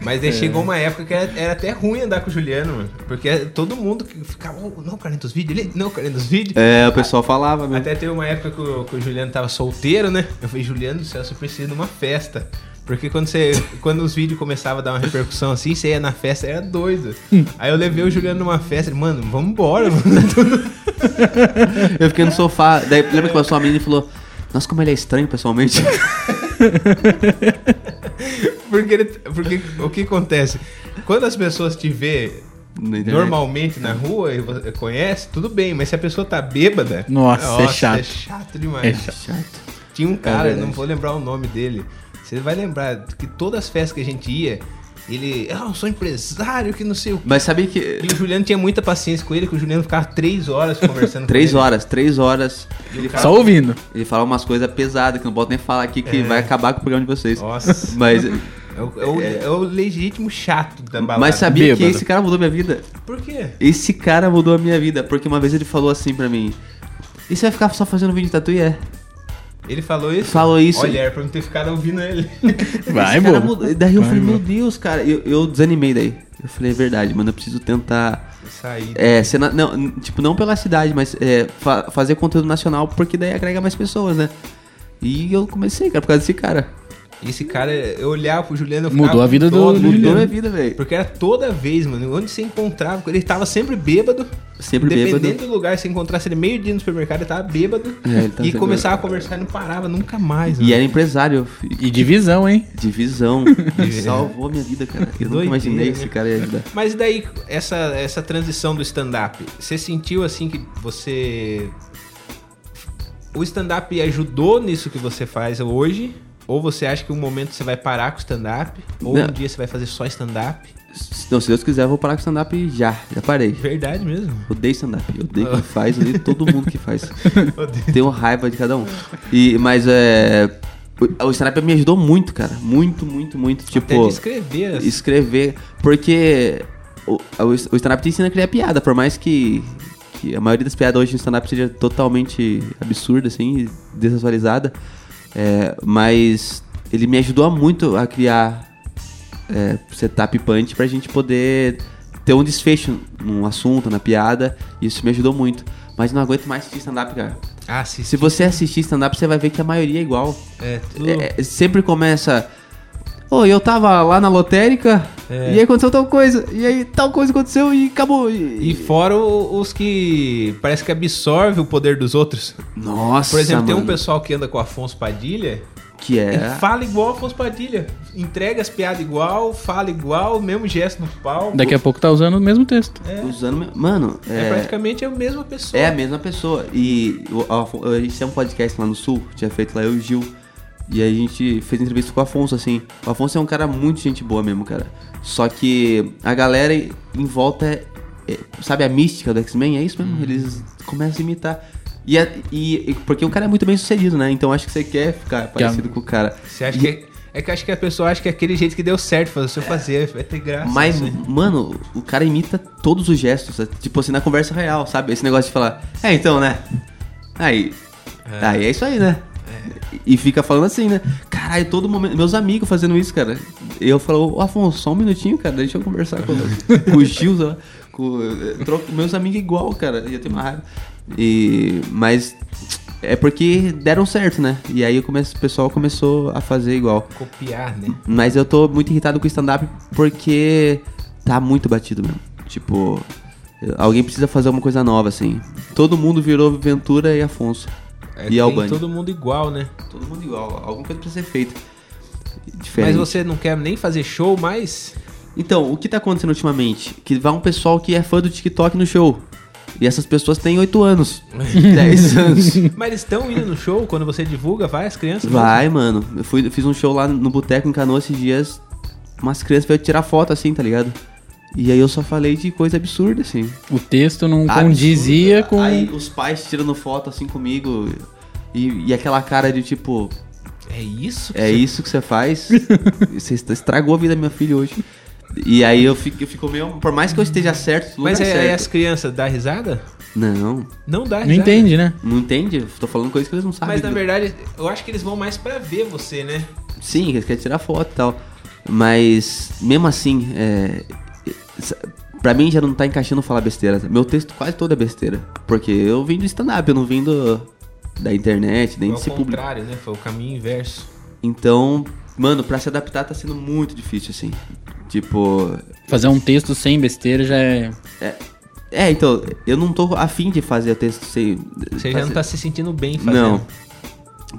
Speaker 1: Mas
Speaker 4: É.
Speaker 1: daí chegou uma época que era, era até ruim andar com o Juliano, mano. Porque todo mundo que ficava, "Oh, não, cara, dos vídeos, ele não, cara, dos vídeos.
Speaker 4: É, o pessoal falava, né?
Speaker 1: Até teve uma época que o, que o Juliano tava solteiro, né? Eu falei, Juliano do céu, você precisa de uma festa. Porque quando, você, quando os vídeos começavam a dar uma repercussão assim, você ia na festa, era
Speaker 4: [LAUGHS]
Speaker 1: doido. Aí eu levei o Juliano numa festa, ele, mano, vambora, [LAUGHS] mano.
Speaker 4: Eu fiquei no sofá. Daí lembra que passou uma menina e falou. Nossa, como ele é estranho pessoalmente. [LAUGHS]
Speaker 1: Porque, ele- porque o que acontece? Quando as pessoas te vê
Speaker 4: Na internet.
Speaker 1: normalmente na rua e você conhece, tudo bem, mas se a pessoa tá bêbada.
Speaker 2: Nossa, é chato.
Speaker 1: chato demais.
Speaker 2: É chato. É
Speaker 4: Chato.
Speaker 1: Tinha um cara, eu
Speaker 2: verdade.
Speaker 1: não vou lembrar o nome dele. Você vai lembrar que todas as festas que a gente ia, ele. Ah, eu sou empresário, que não sei o quê.
Speaker 4: Mas sabia que.
Speaker 1: E o Juliano tinha muita paciência com ele, que o Juliano ficava três horas
Speaker 2: [LAUGHS]
Speaker 1: conversando
Speaker 4: Três
Speaker 1: com ele.
Speaker 4: horas, três horas. Ele
Speaker 2: Só ouvindo.
Speaker 4: Ele fala umas coisas pesadas que não posso nem falar aqui que vai acabar com o programa de vocês.
Speaker 1: É. Nossa. [LAUGHS]
Speaker 4: Mas,
Speaker 1: É o, é o- é o legítimo chato da balada.
Speaker 4: mas sabia que
Speaker 2: Bêbado.
Speaker 4: esse cara mudou minha vida?
Speaker 1: Por quê?
Speaker 4: Esse cara mudou a minha vida, porque uma vez ele falou assim pra mim: E você vai ficar só fazendo vídeo de tatu? E é.
Speaker 1: Ele falou isso?
Speaker 4: Falou isso.
Speaker 1: Olha, era
Speaker 2: [LAUGHS]
Speaker 1: pra não ter ficado ouvindo ele.
Speaker 2: Vai,
Speaker 4: Esse cara
Speaker 2: bobo.
Speaker 4: mudou- Daí eu
Speaker 2: Vai,
Speaker 4: falei:
Speaker 2: bobo.
Speaker 4: Meu Deus, cara, eu, eu desanimei daí. Eu falei, é verdade, mano, eu preciso tentar.
Speaker 1: Sair.
Speaker 4: É, ser na- não, n- tipo, não pela cidade, mas é, fa- fazer conteúdo nacional, porque daí agrega mais pessoas, né? E eu comecei, cara, por causa desse cara.
Speaker 1: Esse cara, eu olhava pro Juliano, eu
Speaker 2: Mudou
Speaker 1: ficava
Speaker 2: a vida do
Speaker 1: todo-
Speaker 4: Mudou
Speaker 2: Juliano.
Speaker 4: minha vida, velho.
Speaker 1: Porque era toda vez, mano, onde você encontrava, ele tava sempre bêbado.
Speaker 4: Sempre
Speaker 1: dependendo
Speaker 4: bêbado.
Speaker 1: do lugar, se encontrasse ele meio dia no supermercado, ele tava bêbado.
Speaker 4: É, ele tava
Speaker 1: e
Speaker 4: sempre
Speaker 1: começava a conversar e não parava nunca mais,
Speaker 4: E era empresário.
Speaker 2: E divisão, hein?
Speaker 1: [LAUGHS]
Speaker 4: Divisão. Salvou minha vida, cara. Eu nunca
Speaker 1: doideira,
Speaker 4: imaginei que
Speaker 1: né?
Speaker 4: esse cara ia ajudar.
Speaker 1: Mas e daí, essa, essa transição do stand-up, você sentiu assim que você. O stand-up ajudou nisso que você faz hoje? Ou você acha que um momento você vai parar com o stand-up? Ou
Speaker 4: Não.
Speaker 1: um dia você vai fazer só stand-up?
Speaker 4: Se- Não, se Deus quiser, eu vou parar com stand-up já. Já parei.
Speaker 1: Verdade mesmo.
Speaker 4: Odeio stand-up. Eu odeio quem faz, odeio todo mundo
Speaker 1: [LAUGHS]
Speaker 4: que faz. Tenho raiva de cada um. E, mas é. O, o stand-up me ajudou muito, cara. Muito, muito, muito.
Speaker 1: Até
Speaker 4: Tipo,
Speaker 1: de escrever. assim.
Speaker 4: escrever. Porque o, o stand-up te ensina a criar piada, por mais que, que a maioria das piadas hoje no stand-up seja totalmente absurda, assim, e desatualizada. É, mas ele me ajudou muito a criar é, setup e punch pra gente poder ter um desfecho num assunto, na piada. Isso me ajudou muito. Mas não aguento mais assistir stand-up, cara.
Speaker 1: Ah, sim.
Speaker 4: Se você assistir stand-up, você vai ver que a maioria é igual.
Speaker 1: É, tudo...
Speaker 4: É, é, sempre começa. Ô, eu tava lá na lotérica
Speaker 1: É.
Speaker 4: e aí aconteceu tal coisa, e aí tal coisa aconteceu e acabou. E,
Speaker 1: E fora o- os que parece que absorve o poder dos outros.
Speaker 4: Nossa,
Speaker 1: Por exemplo, tem um
Speaker 4: mano,
Speaker 1: pessoal que anda com o Afonso Padilha,
Speaker 4: que
Speaker 1: ele
Speaker 4: é.
Speaker 1: fala igual o Afonso Padilha. Entrega as piadas igual, fala igual, mesmo gesto no palco.
Speaker 2: Daqui a pouco tá usando o mesmo texto.
Speaker 4: Usando. Mano,
Speaker 1: É
Speaker 4: é.
Speaker 1: praticamente a mesma pessoa.
Speaker 4: É a mesma pessoa. E o- a- a gente tem um podcast lá no sul, tinha feito lá eu e o Gil. E aí a gente fez entrevista com o Afonso, assim. O Afonso é um cara muito gente boa mesmo, cara. Só que a galera em em volta é. é- sabe a mística do X-Men? É isso mesmo?
Speaker 1: Uhum.
Speaker 4: Eles começam a imitar. E, a- e- e- porque o cara é muito bem sucedido, né? Então acho que você quer ficar parecido com o cara.
Speaker 1: Você acha que é, é que eu acho que a pessoa acha que é aquele jeito que deu certo, fazer se eu fazer, vai ter graça.
Speaker 4: Mas,
Speaker 1: né?
Speaker 4: mano, o cara imita todos os gestos. né? Tipo assim, na conversa real, sabe? Esse negócio de falar, é então, né? Aí. Aí é isso aí, né?
Speaker 1: É.
Speaker 4: E fica falando assim, né? Caralho, todo momento. Meus amigos fazendo isso, cara. Eu falo, ô Afonso, só um minutinho, cara, deixa eu conversar com, com o Gil, sei lá. Com, eh, troco meus amigos igual, cara. Ia ter uma raiva. E, mas é porque deram certo, né? E aí eu começo- o pessoal começou a fazer igual.
Speaker 1: Copiar, né?
Speaker 4: Mas eu tô muito irritado com o stand-up porque tá muito batido mesmo. Tipo, alguém precisa fazer uma coisa nova, assim. Todo mundo virou Ventura e Afonso.
Speaker 1: É,
Speaker 4: e
Speaker 1: tem
Speaker 4: Albani. Todo...
Speaker 1: todo mundo igual, né?
Speaker 4: mundo igual. Alguma coisa precisa ser feita.
Speaker 1: Mas
Speaker 4: Diferente.
Speaker 1: você não quer nem fazer show mais?
Speaker 4: Então, o que tá acontecendo ultimamente? Que vai um pessoal que é fã do TikTok no show. E essas pessoas têm 8 [LAUGHS] anos. 10 anos.
Speaker 1: Mas eles estão indo no show quando você divulga, vai as crianças.
Speaker 4: Vai, mano. Eu fui, eu fiz um show lá no boteco em Canoa esses dias. Umas crianças vieram tirar foto assim, tá ligado? E aí eu só falei de coisa absurda, assim.
Speaker 2: O texto não
Speaker 4: Absurda.
Speaker 2: Um condizia com.
Speaker 4: Aí os pais tirando foto assim comigo. E, e aquela cara de tipo,
Speaker 1: É isso? que
Speaker 4: é
Speaker 1: [LAUGHS] você-
Speaker 4: isso que você faz? Você est- estragou a vida da minha filha hoje. E aí eu fico, eu fico meio. Por mais que eu esteja certo, não
Speaker 1: Mas
Speaker 4: é,
Speaker 1: é, aí as
Speaker 4: certo.
Speaker 1: crianças dá risada?
Speaker 4: Não,
Speaker 1: Não dá
Speaker 2: Não
Speaker 1: risada. Ah,
Speaker 2: entende, né?
Speaker 4: não entende? Eu Tô falando coisas que eles não sabem.
Speaker 1: Mas na verdade, eu acho que eles vão mais pra ver você, né?
Speaker 4: Sim, eles querem tirar foto e tal. Mas, mesmo assim, é, s- pra mim já não tá encaixando falar besteira. Meu texto quase todo é besteira. Porque eu vim do stand-up, eu não vim do, da internet, nem
Speaker 1: Foi
Speaker 4: desse
Speaker 1: ao
Speaker 4: público.
Speaker 1: contrário, né? Foi o caminho inverso.
Speaker 4: Então, mano, pra se adaptar tá sendo muito difícil, assim. Tipo,
Speaker 2: Fazer um texto sem besteira já é.
Speaker 4: é, então, eu não tô afim de fazer o texto sem.
Speaker 1: Você já não
Speaker 4: fazer-
Speaker 1: tá se sentindo bem fazendo.
Speaker 4: é- Não.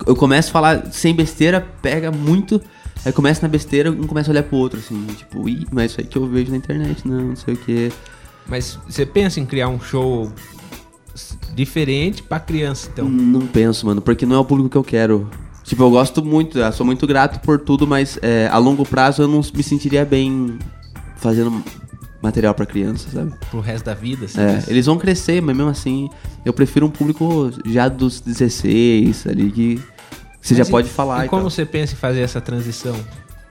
Speaker 4: Eu começo a falar sem besteira, pega muito. Aí começa na besteira, um começa a olhar pro outro, assim, tipo, ih, mas isso aí que eu vejo na internet, não, não sei o quê.
Speaker 1: Mas você pensa em criar um show s- diferente pra criança, então.
Speaker 4: Não penso, mano, porque não é o público que eu quero. Tipo, eu gosto muito, eu sou muito grato por tudo, mas é, a longo prazo eu não me sentiria bem fazendo material pra criança, sabe?
Speaker 1: pro resto da vida, assim.
Speaker 4: É, eles vão crescer, mas mesmo assim, eu prefiro um público já dos 16 ali que você já
Speaker 1: Mas e-
Speaker 4: pode falar. então.
Speaker 1: E
Speaker 4: e
Speaker 1: como
Speaker 4: tal.
Speaker 1: você pensa em fazer essa transição?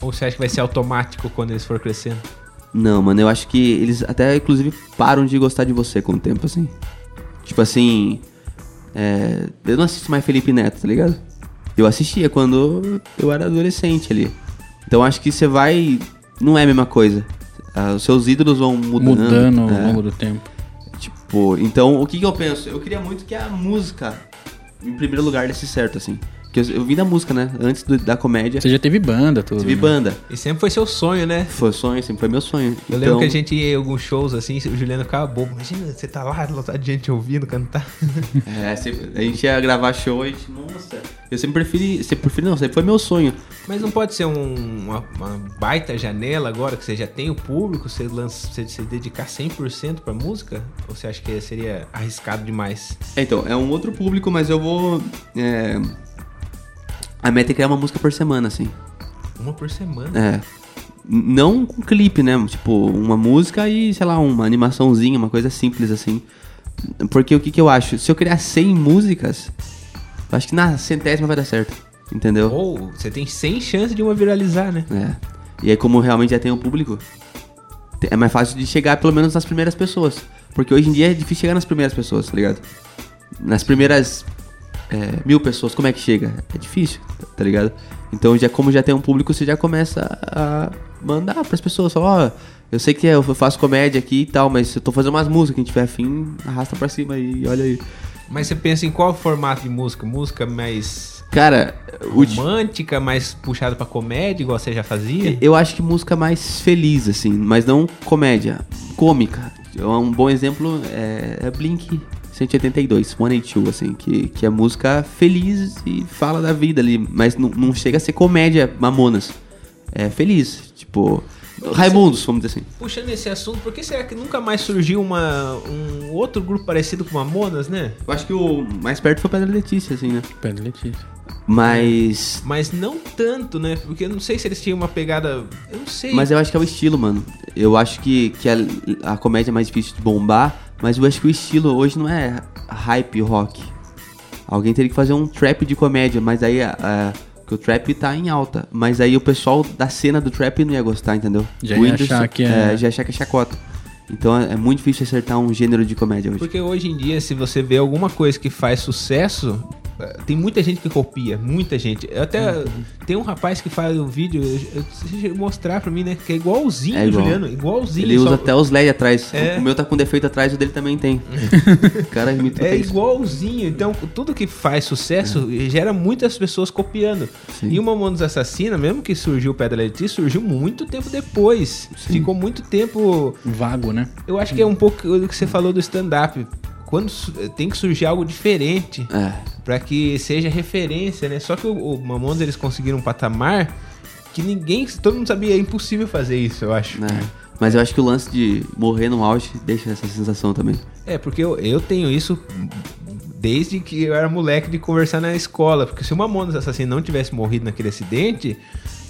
Speaker 1: Ou você acha que vai ser automático quando eles for crescendo?
Speaker 4: Não, mano, eu acho que eles até inclusive param de gostar de você com o tempo, assim. Tipo assim. é, eu não assisto mais Felipe Neto, tá ligado? Eu assistia quando eu era adolescente ali. Então acho que você vai. Não é a mesma coisa. ah, os seus ídolos vão mudando.
Speaker 2: mudando ao
Speaker 4: é.
Speaker 2: longo do tempo.
Speaker 4: Tipo, então o que, que eu penso? Eu queria muito que a música, em primeiro lugar, desse certo, assim. Porque eu, eu vim da música, né? Antes do- da comédia,
Speaker 2: Você já teve banda, tudo.
Speaker 4: vi
Speaker 2: né?
Speaker 4: banda.
Speaker 1: E sempre foi seu sonho, né?
Speaker 4: Foi o sonho, sempre foi meu sonho. Então,
Speaker 1: Eu lembro que a gente ia em alguns shows assim, o Juliano ficava bobo. Imagina, você tá lá, lotado de gente ouvindo cantar.
Speaker 4: É, sempre- a gente ia gravar show e a gente, nossa. Eu sempre preferi, sempre preferi, não, sempre foi meu sonho.
Speaker 1: Mas não pode ser um- uma, uma baita janela agora que você já tem o público, você, lança, você se dedicar 100% pra música? Ou você acha que seria arriscado demais?
Speaker 4: É, Então, é um outro público, mas eu vou. é, A meta é criar uma música por semana, assim.
Speaker 1: Uma por semana.
Speaker 4: É. N- Não com clipe, né? Tipo, uma música e, sei lá, uma animaçãozinha, uma coisa simples assim. Porque o que, que eu acho? Se eu criar 100 músicas, eu acho que na centésima vai dar certo. Entendeu?
Speaker 1: Ou você tem 100 chances de uma viralizar, né?
Speaker 4: É. E aí, como realmente já tem o público, te- é mais fácil de chegar pelo menos nas primeiras pessoas. Porque hoje em dia é difícil chegar nas primeiras pessoas, tá ligado? Nas primeiras é, mil pessoas, como é que chega? É difícil, tá- tá ligado? Então, já, como já tem um público, você já começa a mandar pras pessoas. Falar, ó, eu sei que eu faço comédia aqui e tal, mas eu tô fazendo umas músicas, quem tiver afim, arrasta pra cima e olha aí.
Speaker 1: Mas você pensa em qual formato de música? Música mais
Speaker 4: Cara, o, di-
Speaker 1: romântica, mais puxada pra comédia, igual você já fazia?
Speaker 4: Eu acho que música mais feliz, assim, mas não comédia, cômica. Um bom exemplo é, é Blink 182, 182, assim, que, que é música feliz e fala da vida ali, mas não, não chega a ser comédia, mamonas. É feliz, tipo. Raimundos, vamos dizer assim.
Speaker 1: Puxando esse assunto, por que será que nunca mais surgiu uma, um outro grupo parecido com Mamonas, né?
Speaker 4: Eu acho que o mais perto foi Pedra Letícia, assim, né?
Speaker 2: Pedro Letícia.
Speaker 4: Mas
Speaker 1: Mas não tanto, né? Porque eu não sei se eles tinham uma pegada. Eu não sei.
Speaker 4: Mas eu acho que é o estilo, mano. Eu acho que, que a, a comédia é mais difícil de bombar, mas eu acho que o estilo hoje não é hype rock. Alguém teria que fazer um trap de comédia, mas aí a- a- que o trap tá em alta. Mas aí o pessoal da cena do trap não ia gostar, entendeu?
Speaker 2: Já ia
Speaker 4: O Whindersson,
Speaker 2: achar que é-
Speaker 4: já ia achar que é chacota. Então é, é muito difícil acertar um gênero de comédia hoje.
Speaker 1: Porque hoje em dia, se você vê alguma coisa que faz sucesso, eh, tem muita gente que copia, muita gente. Eu até
Speaker 4: Uhum.
Speaker 1: tem um rapaz que faz um vídeo, eu, eu, você chegou a mostrar pra mim, né? Que é igualzinho,
Speaker 4: É igual.
Speaker 1: Juliano, igualzinho.
Speaker 4: Ele
Speaker 1: só-
Speaker 4: usa até os LED atrás.
Speaker 1: É.
Speaker 4: O meu tá com defeito atrás, o dele também tem.
Speaker 1: [LAUGHS]
Speaker 4: o cara imita
Speaker 1: É
Speaker 4: até isso.
Speaker 1: igualzinho, então tudo que faz sucesso gera muitas pessoas copiando.
Speaker 4: É. Sim.
Speaker 1: E o Mamonos Assassina, mesmo que surgiu Pedra Letícia, surgiu muito tempo depois. Ficou muito tempo
Speaker 2: Vago, né?
Speaker 1: Eu acho que é um pouco o que você falou do stand-up. Quando su- eh, tem que surgir algo diferente
Speaker 4: É.
Speaker 1: pra que seja referência, né? Só que o, o Mamonas eles conseguiram um patamar que ninguém, todo mundo sabia, é impossível fazer isso, eu acho.
Speaker 4: né? Mas eu acho que o lance de morrer no auge deixa essa sensação também.
Speaker 1: É, porque eu, eu tenho isso desde que eu era moleque de conversar na escola. Porque se o Mamonas Assassino não tivesse morrido naquele acidente,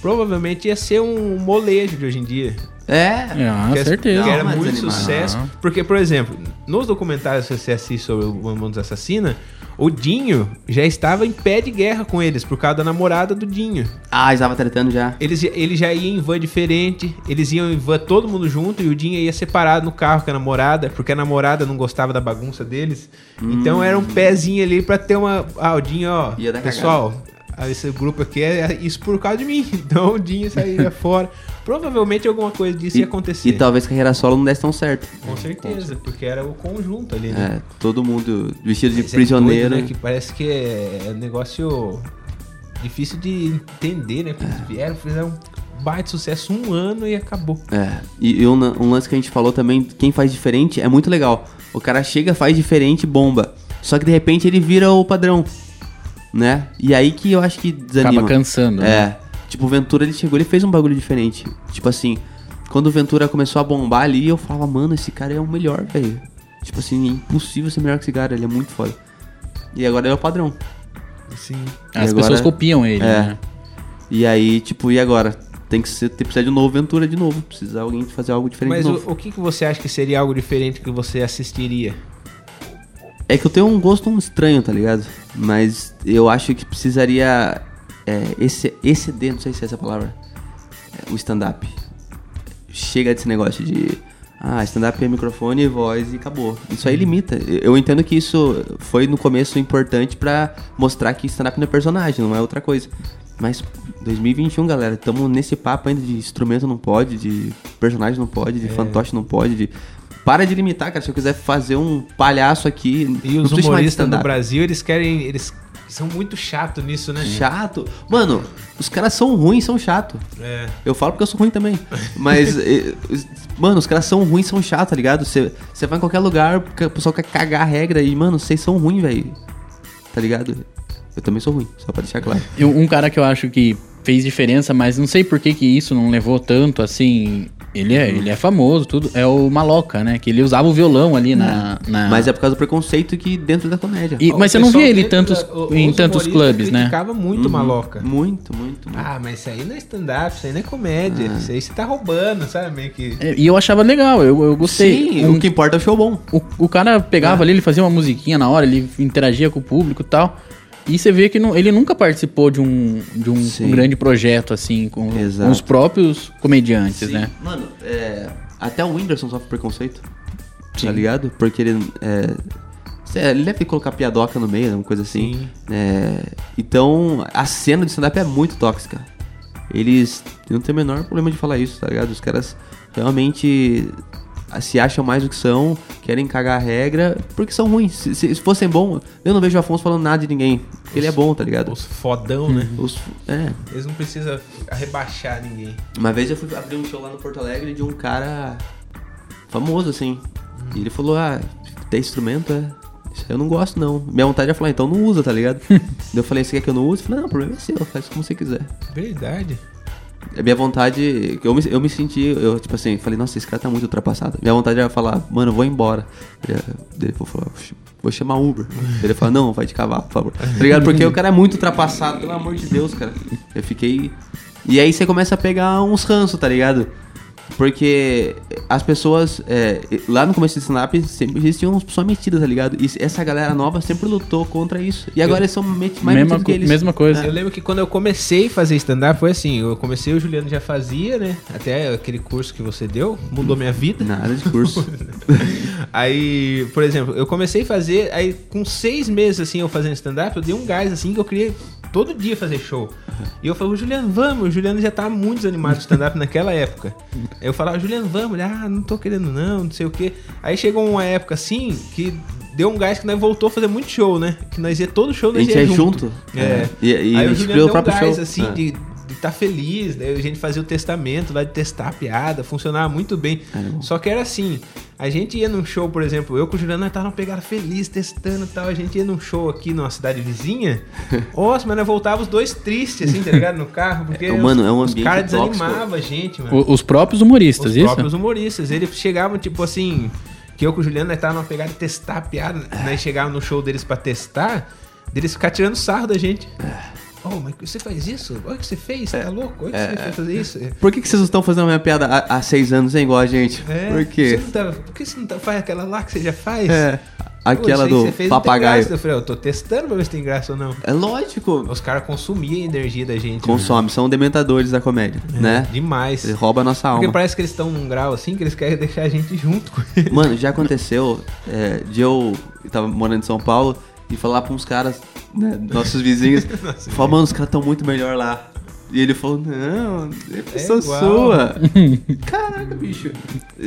Speaker 1: provavelmente ia ser um molejo de hoje em dia.
Speaker 4: É.
Speaker 2: É, ah,
Speaker 1: que é-
Speaker 2: certeza. Ah,
Speaker 1: Que era
Speaker 4: Não, mas
Speaker 1: muito
Speaker 4: animado.
Speaker 1: sucesso.
Speaker 2: Não.
Speaker 1: Porque, por exemplo, nos documentários que você assiste sobre o Mamonas Assassina, o Dinho já estava em pé de guerra com eles, por causa da namorada do Dinho.
Speaker 4: Ah, estava tretando já.
Speaker 1: Eles, ele já ia em van diferente, eles iam em van todo mundo junto e o Dinho ia separado no carro com a namorada, porque a namorada não gostava da bagunça deles. Então era um pezinho ali pra ter uma. Ah, o Dinho, ó.
Speaker 4: Hum. Ia dar
Speaker 1: pessoal, ah, esse grupo aqui é isso por causa de mim. [LAUGHS] Então o Dinho
Speaker 4: [LAUGHS]
Speaker 1: saía fora. Provavelmente alguma coisa disso ia acontecer.
Speaker 4: E talvez carreira solo não desse tão certo.
Speaker 1: Com certeza, porque era o conjunto ali, né?
Speaker 4: É, todo mundo vestido de
Speaker 1: Mas é
Speaker 4: prisioneiro.
Speaker 1: doido, né? Que parece que é um negócio difícil de entender, né? Porque eles vieram, fizeram um baita sucesso um ano e acabou.
Speaker 4: É. E, e um, lan- um lance que a gente falou também, quem faz diferente é muito legal. O cara chega, faz diferente, bomba. Só que de repente ele vira o padrão. Né? E aí que eu acho que desanima.
Speaker 2: Acaba cansando, né?
Speaker 4: É. Tipo, o Ventura, ele chegou, ele fez um bagulho diferente. Tipo assim, quando o Ventura começou a bombar ali, eu falava, mano, esse cara é o melhor, velho. Tipo assim, é impossível ser melhor que esse cara, ele é muito foda. E agora ele é o padrão.
Speaker 1: Assim,
Speaker 2: As
Speaker 4: E
Speaker 2: pessoas
Speaker 4: agora-
Speaker 2: copiam ele,
Speaker 4: É.
Speaker 2: né?
Speaker 4: E aí, tipo, e agora? Tem que ser, tem que precisar de um novo Ventura de novo. Precisa alguém fazer algo diferente
Speaker 1: mas
Speaker 4: de novo.
Speaker 1: o, o que, que você acha que seria algo diferente que você assistiria?
Speaker 4: É que eu tenho um gosto um estranho, tá ligado? Mas eu acho que precisaria é, esse, exceder, não sei se é essa a palavra, é, o stand-up. Chega desse negócio de. Ah, stand-up é microfone, voz e acabou. Isso aí limita. Eu- Eu entendo que isso foi no começo importante pra mostrar que stand-up não é personagem, não é outra coisa. Mas 2021, galera, estamos nesse papo ainda de instrumento não pode, de personagem não pode, de fantoche não pode, de... Para de limitar, cara. Se eu quiser fazer um palhaço aqui...
Speaker 1: E
Speaker 4: não
Speaker 1: os
Speaker 4: precisa chamar de
Speaker 1: humoristas do
Speaker 4: stand-up.
Speaker 1: Brasil, eles querem. Eles são muito chato nisso, né?
Speaker 4: Chato. Mano, os caras são ruins, são chato.
Speaker 1: É.
Speaker 4: Eu falo porque eu sou ruim também.
Speaker 1: [LAUGHS]
Speaker 4: Mas, eh, os- mano, os caras são ruins, são chato, tá ligado? Você você vai em qualquer lugar, o pessoal quer cagar a regra e, mano, vocês são ruins, velho. Tá ligado? Eu também sou ruim, só pra deixar claro.
Speaker 2: Eu- um cara que eu acho que fez diferença, mas não sei por que, que isso não levou tanto assim. Ele é, ele é famoso, tudo. É o Maloca, né? Que ele usava o violão ali na.
Speaker 1: Ah.
Speaker 2: na-
Speaker 4: Mas é por causa do preconceito que dentro da comédia.
Speaker 2: E- mas
Speaker 1: O
Speaker 2: você não
Speaker 1: pessoal
Speaker 2: via ele
Speaker 1: dentro
Speaker 2: tantos,
Speaker 1: da- o-
Speaker 2: em
Speaker 1: os
Speaker 2: tantos
Speaker 1: humoristas
Speaker 2: clubes, né?
Speaker 1: criticava muito
Speaker 4: Uhum.
Speaker 1: maloca.
Speaker 4: Muito, muito, muito.
Speaker 1: Ah, mas isso aí não é stand-up, isso aí não é comédia.
Speaker 4: Ah.
Speaker 1: Isso aí você tá roubando, sabe? Meio que.
Speaker 2: É, E eu achava legal, eu, eu gostei.
Speaker 4: Sim,
Speaker 2: Um-
Speaker 4: o que importa é o show bom.
Speaker 2: o, o cara
Speaker 4: É.
Speaker 2: pegava ali, ele fazia uma musiquinha na hora, ele interagia com o público e tal. E você vê que não- ele nunca participou de um, de um
Speaker 4: Sim.
Speaker 2: grande projeto, assim, com, com os
Speaker 4: Exato.
Speaker 2: próprios comediantes,
Speaker 4: Sim.
Speaker 2: né?
Speaker 4: Mano, é, até o Whindersson sofre preconceito. Tá ligado? Porque ele. É, cê- ele deve colocar piadoca no meio, né, uma coisa assim. É, então, a cena de stand-up é muito tóxica. Eles não tem o menor problema de falar isso, tá ligado? Os caras realmente ah, se acham mais do que são, querem cagar a regra, porque são ruins. Se, se- se fossem bom, eu não vejo o Afonso falando nada de ninguém. Porque ele é bom, tá ligado?
Speaker 1: Os fodão, né?
Speaker 4: Os- é,
Speaker 1: Eles não precisam rebaixar ninguém.
Speaker 4: uma vez eu fui abrir um show lá no Porto Alegre de um cara famoso, assim. E ele falou, ah, tem instrumento, é. Isso aí eu não gosto, não. Minha vontade é falar, então não usa, tá ligado? Daí eu falei, você quer que eu não use? Eu falei, não, o problema é seu, faz como você quiser.
Speaker 1: Verdade.
Speaker 4: A É minha vontade, eu me, eu me senti, eu tipo assim, falei, nossa, esse cara tá muito ultrapassado. Minha vontade era falar, mano, eu vou embora. Ele, ele falou, falar, vou chamar Uber. Ele falou, não, vai de cavalo, por favor. Tá ligado? Porque o cara é muito ultrapassado, pelo amor de Deus, cara. Eu fiquei. E aí você começa a pegar uns ranços, tá ligado? Porque as pessoas, é, lá no começo do stand-up, sempre existiam umas pessoas metidas, tá ligado? E essa galera nova sempre lutou contra isso. E agora eles são met- mais
Speaker 2: mesma,
Speaker 4: metidos que
Speaker 2: co-
Speaker 4: eles.
Speaker 2: mesma coisa.
Speaker 1: Eu lembro que quando eu comecei a fazer stand-up foi assim, eu comecei, o Juliano já fazia, né? Até aquele curso que você deu, mudou minha vida.
Speaker 4: Nada
Speaker 2: [LAUGHS]
Speaker 4: de curso.
Speaker 1: [LAUGHS] aí, por exemplo, eu comecei a fazer, aí com seis meses assim, eu fazendo stand-up, eu dei um gás assim que eu queria todo dia fazer show. E eu falava, Juliano, vamos, o Juliano já tava muito desanimado de stand-up naquela época. Aí Eu falava, Juliano, vamos, ele, ah, não tô querendo não, não sei o quê. Aí chegou uma época assim que deu um gás que nós voltou a fazer muito show, né? Que nós ia todo show,
Speaker 4: A
Speaker 1: nós
Speaker 4: gente
Speaker 1: ia
Speaker 4: é
Speaker 1: junto.
Speaker 4: junto.
Speaker 1: É.
Speaker 4: E, e
Speaker 1: aí
Speaker 4: a
Speaker 1: o
Speaker 4: gente
Speaker 1: Juliano
Speaker 4: criou
Speaker 1: deu
Speaker 4: o próprio
Speaker 1: um gás,
Speaker 4: show.
Speaker 1: assim,
Speaker 4: Ah.
Speaker 1: de estar feliz, né? A gente fazia o testamento lá de testar a piada, funcionava muito bem.
Speaker 4: É,
Speaker 1: Só que era assim, a gente ia num show, por exemplo, eu com o Juliano, nós tava numa pegada feliz, testando e tal, a gente ia num show aqui numa cidade
Speaker 4: [LAUGHS]
Speaker 1: vizinha, nossa, mas nós voltava os dois tristes, assim, tá ligado, no carro, porque
Speaker 4: É, mano,
Speaker 1: os,
Speaker 4: é um
Speaker 1: os
Speaker 4: ambiente
Speaker 1: caras
Speaker 4: tóxico.
Speaker 1: desanimavam a gente, mano.
Speaker 2: O- os próprios humoristas,
Speaker 1: Os
Speaker 2: isso?
Speaker 1: próprios humoristas. Eles chegavam, tipo assim, que eu com o Juliano nós tava numa pegada de testar a piada,
Speaker 4: É.
Speaker 1: né? Chegavam no show deles pra testar, deles ficar tirando sarro da gente.
Speaker 4: É.
Speaker 1: Oh, mas você faz isso? Olha o que você fez, tá louco? Olha o que você fez fazer isso.
Speaker 4: Por que, que vocês não estão fazendo a minha piada há, há seis anos, hein, igual a gente?
Speaker 1: É,
Speaker 4: Por
Speaker 1: Você
Speaker 4: quê?
Speaker 1: não tá- por que você não tá, faz aquela lá que você já faz?
Speaker 4: É,
Speaker 1: Pô,
Speaker 4: aquela
Speaker 1: isso aí
Speaker 4: do
Speaker 1: você fez, não tem
Speaker 4: papagaio.
Speaker 1: graça. Eu falei, eu tô testando pra ver se tem graça ou não.
Speaker 4: É lógico.
Speaker 1: Os caras consumiam a energia da gente.
Speaker 4: Consome, são dementadores da comédia,
Speaker 1: né?
Speaker 4: né?
Speaker 1: Demais.
Speaker 4: Ele rouba a nossa
Speaker 1: Porque
Speaker 4: alma.
Speaker 1: parece que eles estão num grau assim que eles querem deixar a gente junto com eles.
Speaker 4: Mano, já aconteceu é, de eu eu tava morando em São Paulo e falar pra uns caras, né,
Speaker 1: [LAUGHS]
Speaker 4: nossos vizinhos, falar, mano, os caras tão muito melhor lá. E ele falou, não, é pessoa
Speaker 1: igual. [LAUGHS]
Speaker 4: sua. Caraca, bicho.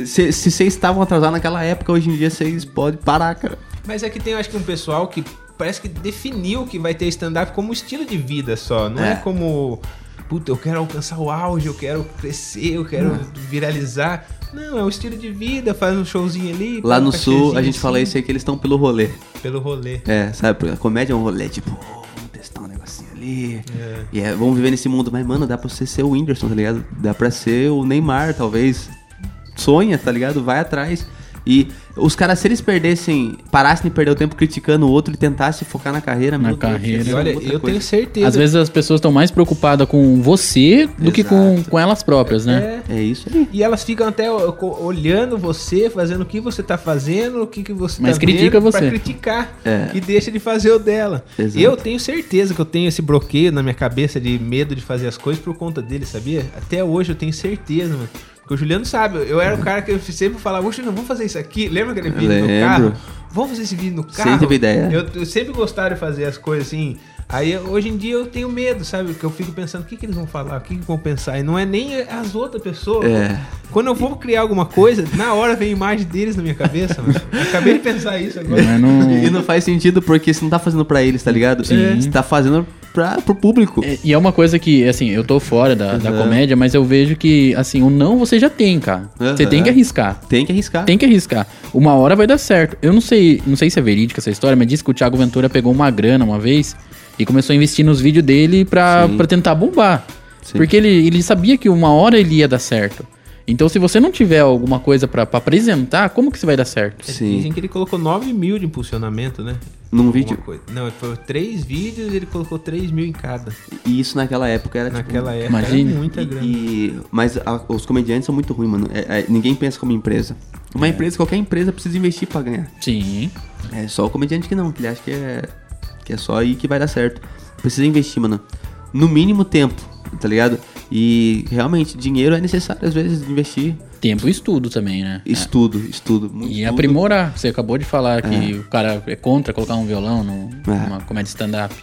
Speaker 4: Se se vocês estavam atrasados naquela época, hoje em dia vocês podem parar, cara.
Speaker 1: Mas é que tem, eu acho que um pessoal que parece que definiu que vai ter stand-up como estilo de vida só. Não é,
Speaker 4: É.
Speaker 1: como, puta, eu quero alcançar o auge, eu quero crescer, eu quero viralizar. Não, é um estilo de vida, faz um showzinho ali.
Speaker 4: Lá
Speaker 1: pega um
Speaker 4: no sul, a
Speaker 1: cachezinho
Speaker 4: gente fala
Speaker 1: assim,
Speaker 4: isso aí que eles estão pelo rolê.
Speaker 1: Pelo rolê.
Speaker 4: É, sabe? A comédia é um rolê, tipo, "Ô, vamos testar um negocinho ali.
Speaker 1: É.
Speaker 4: E é, vamos viver nesse mundo. Mas, mano, dá pra você ser o Whindersson, tá ligado? Dá pra ser o Neymar, talvez. Sonha, tá ligado? Vai atrás. E os caras, se eles perdessem, parassem de perder o tempo criticando o outro e tentassem focar na carreira,
Speaker 2: Na
Speaker 4: meu Deus,
Speaker 2: carreira.
Speaker 1: E
Speaker 4: eles
Speaker 1: olha,
Speaker 4: são é outra
Speaker 1: eu
Speaker 4: coisa.
Speaker 1: tenho certeza.
Speaker 2: Às vezes as pessoas estão mais preocupadas com você do que com,
Speaker 4: Exato.
Speaker 2: com elas próprias, né?
Speaker 1: É.
Speaker 4: É isso aí.
Speaker 1: E elas ficam até ó, co- olhando você, fazendo o que você tá fazendo, o que, que você
Speaker 2: Mas
Speaker 1: tá
Speaker 2: critica
Speaker 1: vendo, pra
Speaker 2: você.
Speaker 1: criticar.
Speaker 4: É.
Speaker 1: E deixa de fazer o dela.
Speaker 4: Exato.
Speaker 1: Eu tenho certeza que eu tenho esse bloqueio na minha cabeça de medo de fazer as coisas por conta dele, sabia? Até hoje eu tenho certeza, mano. Porque o Juliano sabe, eu era o cara que eu sempre falava, ô Juliano, vamos fazer isso aqui. Lembra aquele vídeo no
Speaker 4: Lembro.
Speaker 1: carro? Vamos fazer esse vídeo no carro?
Speaker 4: Sempre teve ideia.
Speaker 1: Eu, eu sempre gostava de fazer as coisas assim. Aí hoje em dia eu tenho medo, sabe? Porque eu fico pensando o que, que eles vão falar, o que, que vão pensar. E não é nem as outras pessoas.
Speaker 4: É.
Speaker 1: Quando eu vou criar alguma coisa, na hora vem a imagem deles na minha cabeça, mano. Eu Acabei de pensar isso
Speaker 4: É,
Speaker 1: agora. [LAUGHS]
Speaker 2: Mas não-
Speaker 4: E não faz sentido porque você não tá fazendo pra eles, tá ligado?
Speaker 1: Sim.
Speaker 4: Você tá fazendo pra, pro público.
Speaker 2: É, E é uma coisa que, assim, eu tô fora da, da
Speaker 4: Aham.
Speaker 2: comédia, mas eu vejo que, assim, o não você já tem, cara. Você
Speaker 4: Aham.
Speaker 2: tem que arriscar.
Speaker 4: Tem que arriscar.
Speaker 2: Tem que arriscar. Uma hora vai dar certo. Eu não sei, não sei se é verídica essa história, mas diz que o Thiago Ventura pegou uma grana uma vez e começou a investir nos vídeos dele pra, pra tentar bombar.
Speaker 4: Sim.
Speaker 2: Porque ele, ele sabia que uma hora ele ia dar certo. Então, se você não tiver alguma coisa pra pra apresentar, como que você vai dar certo?
Speaker 4: Sim.
Speaker 1: Dizem que ele colocou 9 mil de impulsionamento, né?
Speaker 4: Num
Speaker 1: Alguma
Speaker 4: vídeo.
Speaker 1: coisa. Não, foi três vídeos e ele colocou 3 mil em cada.
Speaker 4: E isso naquela época era tipo,
Speaker 1: Naquela época
Speaker 2: imagine.
Speaker 1: era muita
Speaker 4: E-
Speaker 1: grana.
Speaker 4: e- mas a- os comediantes são muito ruins, mano. É- é, ninguém pensa como empresa.
Speaker 2: É.
Speaker 4: Uma empresa, qualquer empresa precisa investir pra ganhar.
Speaker 2: Sim.
Speaker 4: É só o comediante que não, que ele acha que é, que é só aí que vai dar certo. Precisa investir, mano. No mínimo tempo, tá ligado? E realmente, dinheiro é necessário às vezes investir.
Speaker 2: Tempo e estudo também, né?
Speaker 4: Estudo, estudo. muito
Speaker 2: E
Speaker 4: estudo.
Speaker 2: aprimorar. Você acabou de falar que o cara é contra colocar um violão num-
Speaker 4: É.
Speaker 2: numa comédia stand-up.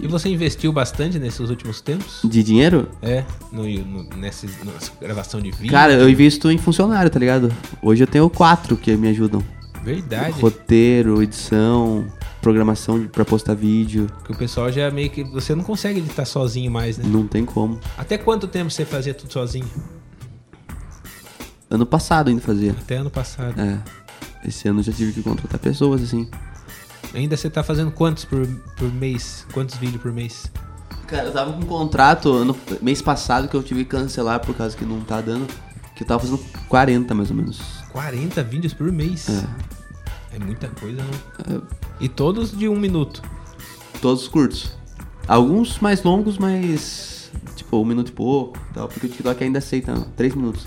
Speaker 1: E você investiu bastante nesses últimos tempos?
Speaker 4: De dinheiro?
Speaker 1: É, no, no- nessa, nessa gravação de vídeo.
Speaker 4: Cara, eu invisto em funcionário, tá ligado? Hoje eu tenho quatro que me ajudam:
Speaker 1: Verdade.
Speaker 4: roteiro, edição, programação de- pra postar vídeo.
Speaker 1: Porque o pessoal já é meio que. Você não consegue editar sozinho mais, né?
Speaker 4: Não tem como.
Speaker 1: Até quanto tempo você fazia tudo sozinho?
Speaker 4: Ano passado ainda fazia.
Speaker 1: Até ano passado.
Speaker 4: É. Esse ano eu já tive que contratar pessoas, assim.
Speaker 1: Ainda você tá fazendo quantos por, por mês? Quantos vídeos por mês?
Speaker 4: Cara, eu tava com um contrato ano, mês passado que eu tive que cancelar por causa que não tá dando. Que eu tava fazendo 40 mais ou menos.
Speaker 1: 40 vídeos por mês. É, muita coisa, não?
Speaker 4: É.
Speaker 1: E todos de um minuto.
Speaker 4: Todos os curtos. Alguns mais longos, mas. Tipo, um minuto e pouco e tal. Porque o TikTok ainda aceita 3 minutos.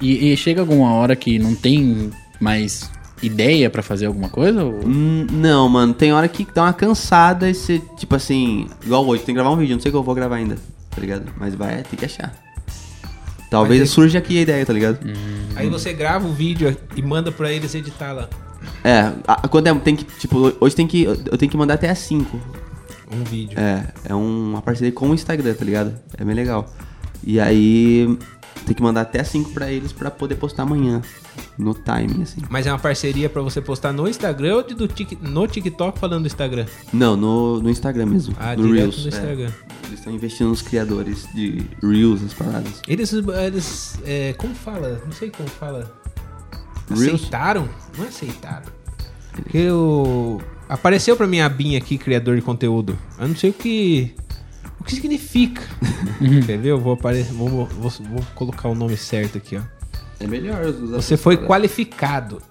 Speaker 2: E, e chega alguma hora que não tem mais ideia pra fazer alguma coisa? Ou...
Speaker 4: Hum, não, mano, tem hora que dá uma cansada e você, tipo assim, igual hoje, tem que gravar um vídeo, não sei o que eu vou gravar ainda, tá ligado? Mas vai, tem que achar. Talvez
Speaker 1: tem-
Speaker 4: surja aqui a ideia, tá ligado?
Speaker 1: Aí você grava o vídeo e manda pra eles editar lá.
Speaker 4: É, a- a- quando é, tem que, tipo, hoje tem que, eu tenho que mandar até às 5.
Speaker 1: Um vídeo.
Speaker 4: É, é um- uma parceria com o Instagram, tá ligado? É bem legal. E aí, tem que mandar até às 5 pra eles pra poder postar amanhã, no timing, assim.
Speaker 1: Mas é uma parceria pra você postar no Instagram ou de- do Tik- no TikTok falando do Instagram?
Speaker 4: Não, no, no Instagram mesmo,
Speaker 1: Ah,
Speaker 4: no
Speaker 1: direto
Speaker 4: Reels.
Speaker 1: no
Speaker 4: é.
Speaker 1: Instagram.
Speaker 4: Eles estão investindo nos criadores de Reels, as paradas.
Speaker 1: Eles, eles é, como fala? Não sei como fala.
Speaker 4: Reels?
Speaker 1: Aceitaram? Não é aceitaram. Porque eu... Apareceu pra mim a abinha aqui, criador de conteúdo. Eu não sei o que... O que
Speaker 4: [LAUGHS]
Speaker 1: significa. Entendeu? Vou, apare... vou, vou, vou colocar o nome certo aqui, ó.
Speaker 4: É melhor usar
Speaker 1: Você foi qualificado.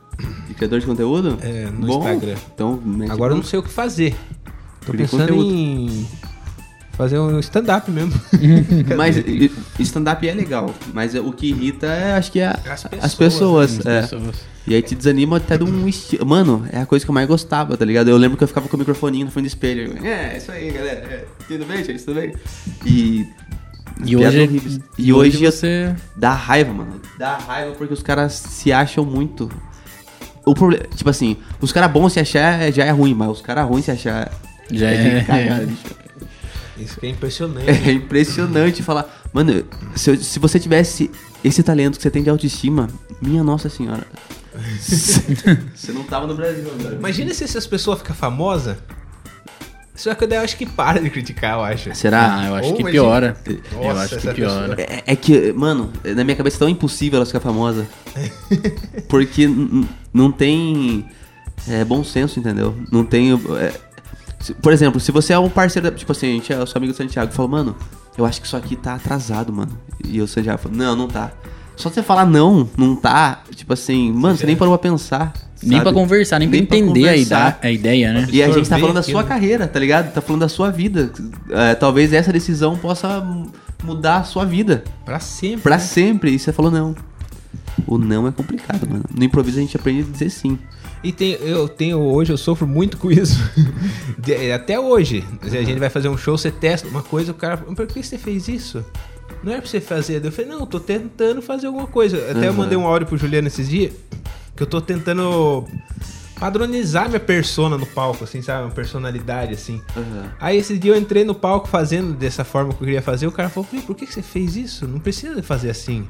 Speaker 4: de criador de conteúdo?
Speaker 1: É, no
Speaker 4: Bom,
Speaker 1: Instagram.
Speaker 4: Então, mete
Speaker 1: Agora eu
Speaker 4: bom.
Speaker 1: não sei o que fazer. Tô
Speaker 4: Cria
Speaker 1: pensando
Speaker 4: conteúdo.
Speaker 1: em... Fazer um stand-up
Speaker 4: [LAUGHS]
Speaker 1: mesmo.
Speaker 4: Mas e- stand-up é legal, mas o que irrita é, acho que é
Speaker 1: As
Speaker 4: as
Speaker 1: pessoas,
Speaker 4: pessoas. pessoas, é.
Speaker 2: Pessoas.
Speaker 4: E aí te desanima até de um estilo. Mano, é a coisa que eu mais gostava, tá ligado? Eu lembro que eu ficava com o microfoninho na frente do espelho. eu, É, é isso aí, galera. É, tudo bem, gente? Tudo bem? E.
Speaker 2: E
Speaker 4: piadas
Speaker 2: hoje,
Speaker 4: horríveis. E hoje eu-
Speaker 2: você.
Speaker 4: Dá raiva, mano. Dá raiva porque os caras se acham muito. O problema, tipo assim, os caras bons se achar é- já é ruim, mas os caras ruins se achar.
Speaker 2: Já
Speaker 4: tem
Speaker 2: é.
Speaker 4: que cagar, bicho.
Speaker 1: Isso que é impressionante.
Speaker 4: É impressionante falar. Mano, se, eu- se você tivesse esse talento que você tem de autoestima, minha nossa senhora. [LAUGHS] você não tava no Brasil agora.
Speaker 1: Imagina se essas pessoas ficam famosas. Só que daí eu acho que para de criticar, eu acho.
Speaker 4: Será?
Speaker 2: Ah, eu acho
Speaker 1: Ou
Speaker 2: que
Speaker 1: imagina-
Speaker 2: piora. eu
Speaker 1: Nossa,
Speaker 2: acho que
Speaker 1: essa
Speaker 2: piora.
Speaker 4: É, é que, mano, na minha cabeça é tão impossível ela ficar
Speaker 2: [LAUGHS]
Speaker 4: famosa. Porque n- n- não tem é, bom senso, entendeu? Não tem. é, se- por exemplo, se você é um parceiro, da- tipo assim, a gente é, eu sou amigo do Santiago, fala, mano, eu acho que isso aqui tá atrasado, mano. E o Santiago fala, não, não tá. Só você falar não, não tá, tipo assim, mano, você nem parou pra pensar.
Speaker 2: É. Nem
Speaker 4: sabe?
Speaker 2: pra conversar, nem,
Speaker 4: Nem
Speaker 2: pra
Speaker 4: pra
Speaker 2: entender a,
Speaker 4: conversar.
Speaker 2: ida- a ideia, né?
Speaker 4: E a gente tá
Speaker 1: absorver
Speaker 4: falando da
Speaker 1: aquilo.
Speaker 4: sua carreira, tá ligado? Tá falando da sua vida. É, talvez essa decisão possa mu- mudar a sua vida
Speaker 1: Pra sempre.
Speaker 4: pra sempre. E você falou não. O não é complicado, mano. No improviso a gente aprende a dizer sim.
Speaker 1: E tem, eu tenho, hoje eu sofro muito com isso. [LAUGHS] De- até hoje. A gente vai fazer um show, você testa uma coisa, o cara. Por que você fez isso? Não era pra você fazer. Eu falei, não, eu tô tentando fazer alguma coisa. Até eu
Speaker 4: Aham.
Speaker 1: mandei um áudio pro Juliano esses dias. Que eu tô tentando padronizar minha persona no palco, assim, sabe? Uma personalidade, assim.
Speaker 4: Aham.
Speaker 1: Aí esse dia eu entrei no palco fazendo dessa forma que eu queria fazer, o cara falou, "Ih, por que que você fez isso? Não precisa fazer assim.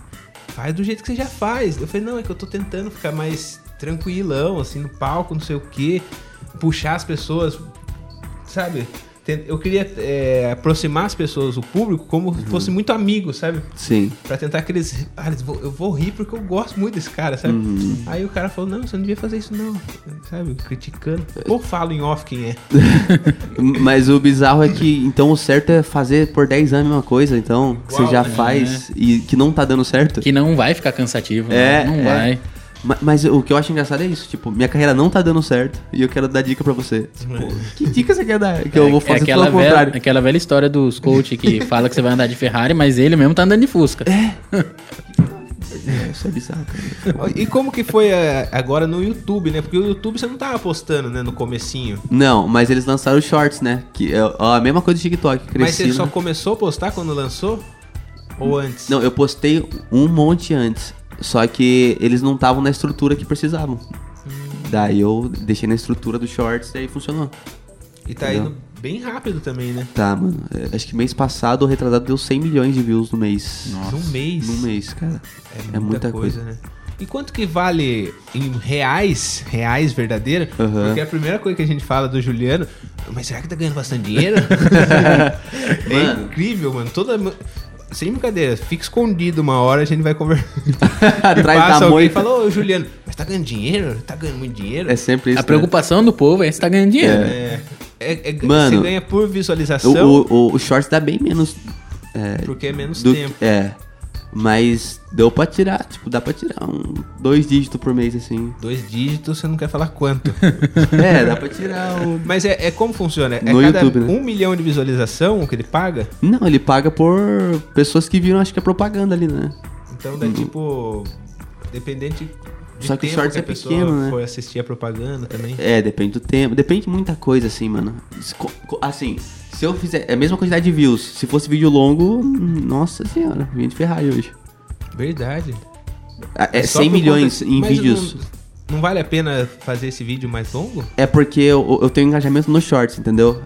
Speaker 1: Faz do jeito que você já faz. Eu falei, não, é que eu tô tentando ficar mais tranquilão, assim, no palco, não sei o quê. Puxar as pessoas, sabe? Ten- Eu queria é, aproximar as pessoas, o público, como se fosse muito amigo, sabe?
Speaker 4: Sim.
Speaker 1: Pra tentar que eles. Ah, eles vão- eu vou rir porque eu gosto muito desse cara, sabe? Aí o cara falou: Não, você não devia fazer isso, não. Sabe? Criticando. Ou falo em off quem é.
Speaker 4: Mas o bizarro é que, então, o certo é fazer por 10 anos a mesma coisa, então, que você
Speaker 1: Igual,
Speaker 4: já
Speaker 1: né?
Speaker 4: faz e que não tá dando certo.
Speaker 2: Que não vai ficar cansativo, né?
Speaker 4: É,
Speaker 2: não
Speaker 4: é.
Speaker 2: vai.
Speaker 4: Ma- Mas o que eu acho engraçado é isso, tipo, minha carreira não tá dando certo e eu quero dar dica pra você. Tipo, que dica você quer dar? Que eu vou fazer tudo
Speaker 2: É aquela é
Speaker 4: ao
Speaker 2: velha,
Speaker 4: contrário.
Speaker 2: aquela velha história dos coach
Speaker 4: [LAUGHS]
Speaker 2: que fala que você vai andar de Ferrari, mas ele mesmo tá andando de Fusca.
Speaker 4: É, isso é bizarro, cara.
Speaker 1: E como que foi é, agora no YouTube, né? Porque o YouTube você não tava postando, né? No comecinho.
Speaker 4: Não, mas eles lançaram os shorts, né? Que é a mesma coisa do TikTok,
Speaker 1: Mas
Speaker 4: cresci.
Speaker 1: você só
Speaker 4: né?
Speaker 1: começou a postar quando lançou? Ou antes?
Speaker 4: Não, eu postei um monte antes, só que eles não estavam na estrutura que precisavam.
Speaker 1: Hum.
Speaker 4: Daí eu deixei na estrutura dos shorts e aí funcionou.
Speaker 1: E tá
Speaker 4: Não.
Speaker 1: indo bem rápido também, né?
Speaker 4: Tá, mano. é, Acho que mês passado, ou retrasado, deu 100 milhões de views no mês.
Speaker 1: Num mês.
Speaker 4: No mês, cara.
Speaker 1: É muita, coisa, né? E quanto que vale em reais, reais verdadeiro?
Speaker 4: Aham.
Speaker 1: Porque a primeira coisa que a gente fala do Juliano, mas será que tá ganhando bastante
Speaker 4: [LAUGHS]
Speaker 1: dinheiro? é
Speaker 4: Mano.
Speaker 1: incrível, mano. Toda sem brincadeira, fica escondido uma hora a gente vai conversar.
Speaker 4: [LAUGHS] Atrás
Speaker 1: Passa
Speaker 4: da
Speaker 1: alguém e
Speaker 4: moita.
Speaker 1: fala, ô Juliano, mas tá ganhando dinheiro? Tá ganhando muito dinheiro?
Speaker 4: É sempre isso.
Speaker 2: A
Speaker 4: né?
Speaker 2: preocupação do povo é se tá ganhando dinheiro. né?
Speaker 1: É, é- é-
Speaker 4: Mano,
Speaker 1: você ganha por
Speaker 4: O,
Speaker 1: visualização
Speaker 4: o, o, o shorts dá bem menos. É,
Speaker 1: porque é menos
Speaker 4: do
Speaker 1: tempo.
Speaker 4: que- É. Mas deu pra tirar, tipo, dá pra tirar um dois dígitos por
Speaker 1: [LAUGHS]
Speaker 4: mês, assim.
Speaker 1: Dois dígitos, você não quer falar
Speaker 4: [LAUGHS]
Speaker 1: quanto.
Speaker 4: é, dá pra tirar o.
Speaker 1: Mas é, é como funciona? É
Speaker 4: No
Speaker 1: cada
Speaker 4: YouTube, né?
Speaker 1: um milhão de visualização que ele paga?
Speaker 4: Não, ele paga por pessoas que viram, acho que é propaganda ali, né?
Speaker 1: Então dá tipo. Dependente de
Speaker 4: Só que o
Speaker 1: tempo
Speaker 4: shorts
Speaker 1: que a
Speaker 4: é
Speaker 1: pessoa
Speaker 4: pequeno, né?
Speaker 1: foi assistir a propaganda também.
Speaker 4: É, depende do tempo. Depende de muita coisa, assim, mano. Se co- co- Assim, se eu fizer é a mesma quantidade de views, se fosse vídeo longo, hum, nossa senhora, vinha de Ferrari hoje.
Speaker 1: Verdade.
Speaker 4: Ah, É
Speaker 1: Só
Speaker 4: 100
Speaker 1: por
Speaker 4: milhões
Speaker 1: conta-
Speaker 4: em
Speaker 1: Mas
Speaker 4: vídeos.
Speaker 1: Não, não vale a pena fazer esse vídeo mais longo?
Speaker 4: É porque eu, eu tenho engajamento nos shorts, entendeu?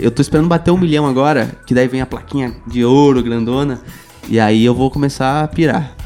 Speaker 4: Eu tô esperando bater um milhão agora, que daí vem a plaquinha de ouro grandona, e aí eu vou começar a pirar.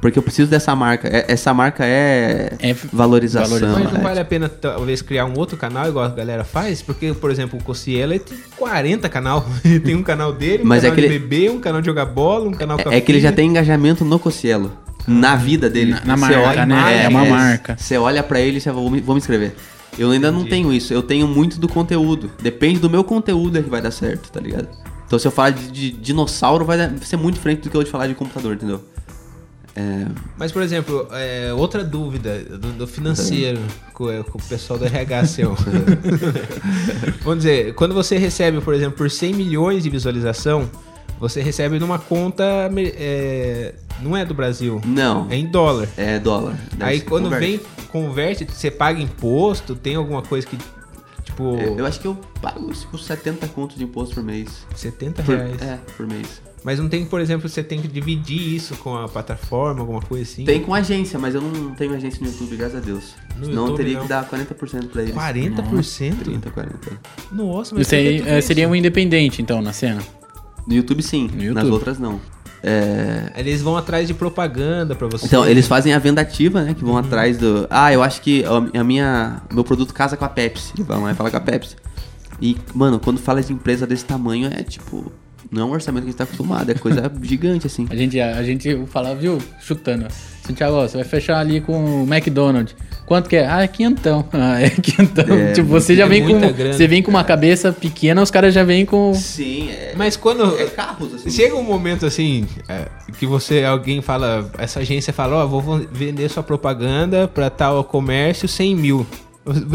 Speaker 4: Porque eu preciso dessa marca. É- Essa marca é,
Speaker 2: É f-
Speaker 4: valorização.
Speaker 2: valorização.
Speaker 1: Mas não
Speaker 4: é.
Speaker 1: vale a pena talvez criar um outro canal igual a galera faz? Porque, por exemplo, o Cossiela ele tem 40 canal. [LAUGHS] Ele tem um canal dele, um
Speaker 4: Mas é
Speaker 1: canal
Speaker 4: que
Speaker 1: de
Speaker 4: ele-
Speaker 1: bebê, um canal de jogar bola, um canal com a
Speaker 4: É que ele já
Speaker 1: filha.
Speaker 4: tem engajamento no Cossielo. Na vida dele.
Speaker 2: Na- na
Speaker 4: Você
Speaker 2: marca,
Speaker 4: olha-
Speaker 2: né? É uma marca.
Speaker 4: Você olha pra ele e você fala, vou me, vou me inscrever. Eu ainda não tenho isso. Eu tenho muito do conteúdo. Depende do meu conteúdo é que vai dar certo, tá ligado? Então se eu falar de, de dinossauro, vai dar- ser muito diferente do que eu de falar de computador, entendeu? É,
Speaker 1: Mas, por exemplo, é, outra dúvida do, do financeiro com, é, com o pessoal do RH
Speaker 4: [LAUGHS]
Speaker 1: seu. Vamos dizer, quando você recebe, por exemplo, por 100 milhões de visualização, você recebe numa conta. amer- é, não é do Brasil.
Speaker 4: não.
Speaker 1: É em dólar.
Speaker 4: É dólar. Deve
Speaker 1: Aí
Speaker 4: ser
Speaker 1: quando
Speaker 4: converte.
Speaker 1: vem, converte, você paga imposto, tem alguma coisa que. Tipo,
Speaker 4: É, Eu acho que eu pago tipo 70 conto de imposto por mês.
Speaker 1: 70
Speaker 4: Por,
Speaker 1: reais.
Speaker 4: é, por mês.
Speaker 1: Mas não tem, por exemplo, você tem que dividir isso com a plataforma, alguma coisa assim.
Speaker 4: Tem com agência, mas eu não tenho agência no YouTube, graças a Deus.
Speaker 1: No
Speaker 4: Senão eu
Speaker 1: YouTube,
Speaker 4: teria
Speaker 1: não.
Speaker 4: que dar 40% pra eles.
Speaker 1: 40%?
Speaker 4: 30, 40.
Speaker 1: Nossa, mas
Speaker 2: Isso
Speaker 1: por que
Speaker 2: aí
Speaker 1: tudo
Speaker 2: é,
Speaker 1: isso?
Speaker 2: seria um independente, então, na cena.
Speaker 4: No YouTube sim,
Speaker 2: No
Speaker 4: nas
Speaker 2: YouTube.
Speaker 4: outras não. É,
Speaker 1: Eles vão atrás de propaganda pra você.
Speaker 4: Então, eles fazem a venda ativa, né? Que
Speaker 2: Uhum.
Speaker 4: vão atrás do. Ah, eu acho que a a minha. Meu produto casa com a Pepsi. Ele vai lá e fala com a Pepsi. E, mano, quando fala de empresa desse tamanho, é tipo. Não é um orçamento que a gente tá acostumado,
Speaker 2: [LAUGHS]
Speaker 4: é coisa gigante, assim.
Speaker 2: A gente, a gente fala, viu, chutando. Santiago, ó, você vai fechar ali com o McDonald's. Quanto que é? Ah, é quinhentão. [LAUGHS] Ah, é quinhentão.
Speaker 4: É,
Speaker 2: tipo, você já
Speaker 1: é
Speaker 2: vem com.
Speaker 1: muita grana.
Speaker 2: Você vem com uma cabeça pequena, os caras já vêm com.
Speaker 4: Sim, é.
Speaker 1: Mas quando.
Speaker 4: é carros, assim.
Speaker 1: Chega um momento assim é, que você, alguém fala, essa agência fala, ó, vou vender sua propaganda pra tal comércio 100 mil.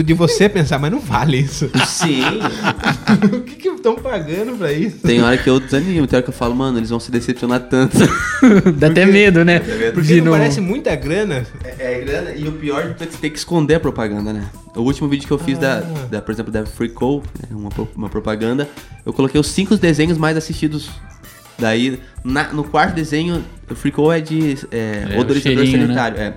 Speaker 1: De você pensar, mas não vale isso. [LAUGHS]
Speaker 2: [LAUGHS]
Speaker 4: Sim.
Speaker 1: o que que estão pagando pra isso?
Speaker 4: Tem hora que eu desanimo, tem hora que eu falo, mano, eles vão se decepcionar tanto.
Speaker 2: Dá até medo, né?
Speaker 1: Porque
Speaker 2: De
Speaker 1: não
Speaker 2: não-
Speaker 1: parece muita grana.
Speaker 4: É, é grana, e o pior é que você tem que esconder a propaganda, né? O último vídeo que eu fiz da, da, por exemplo, da Free Call, né, uma, pro- uma propaganda, eu coloquei os cinco desenhos mais assistidos. Daí, na- no quarto desenho, o Free Call é de é,
Speaker 2: É, o
Speaker 4: odorizador
Speaker 2: cheirinho,
Speaker 4: sanitário. É.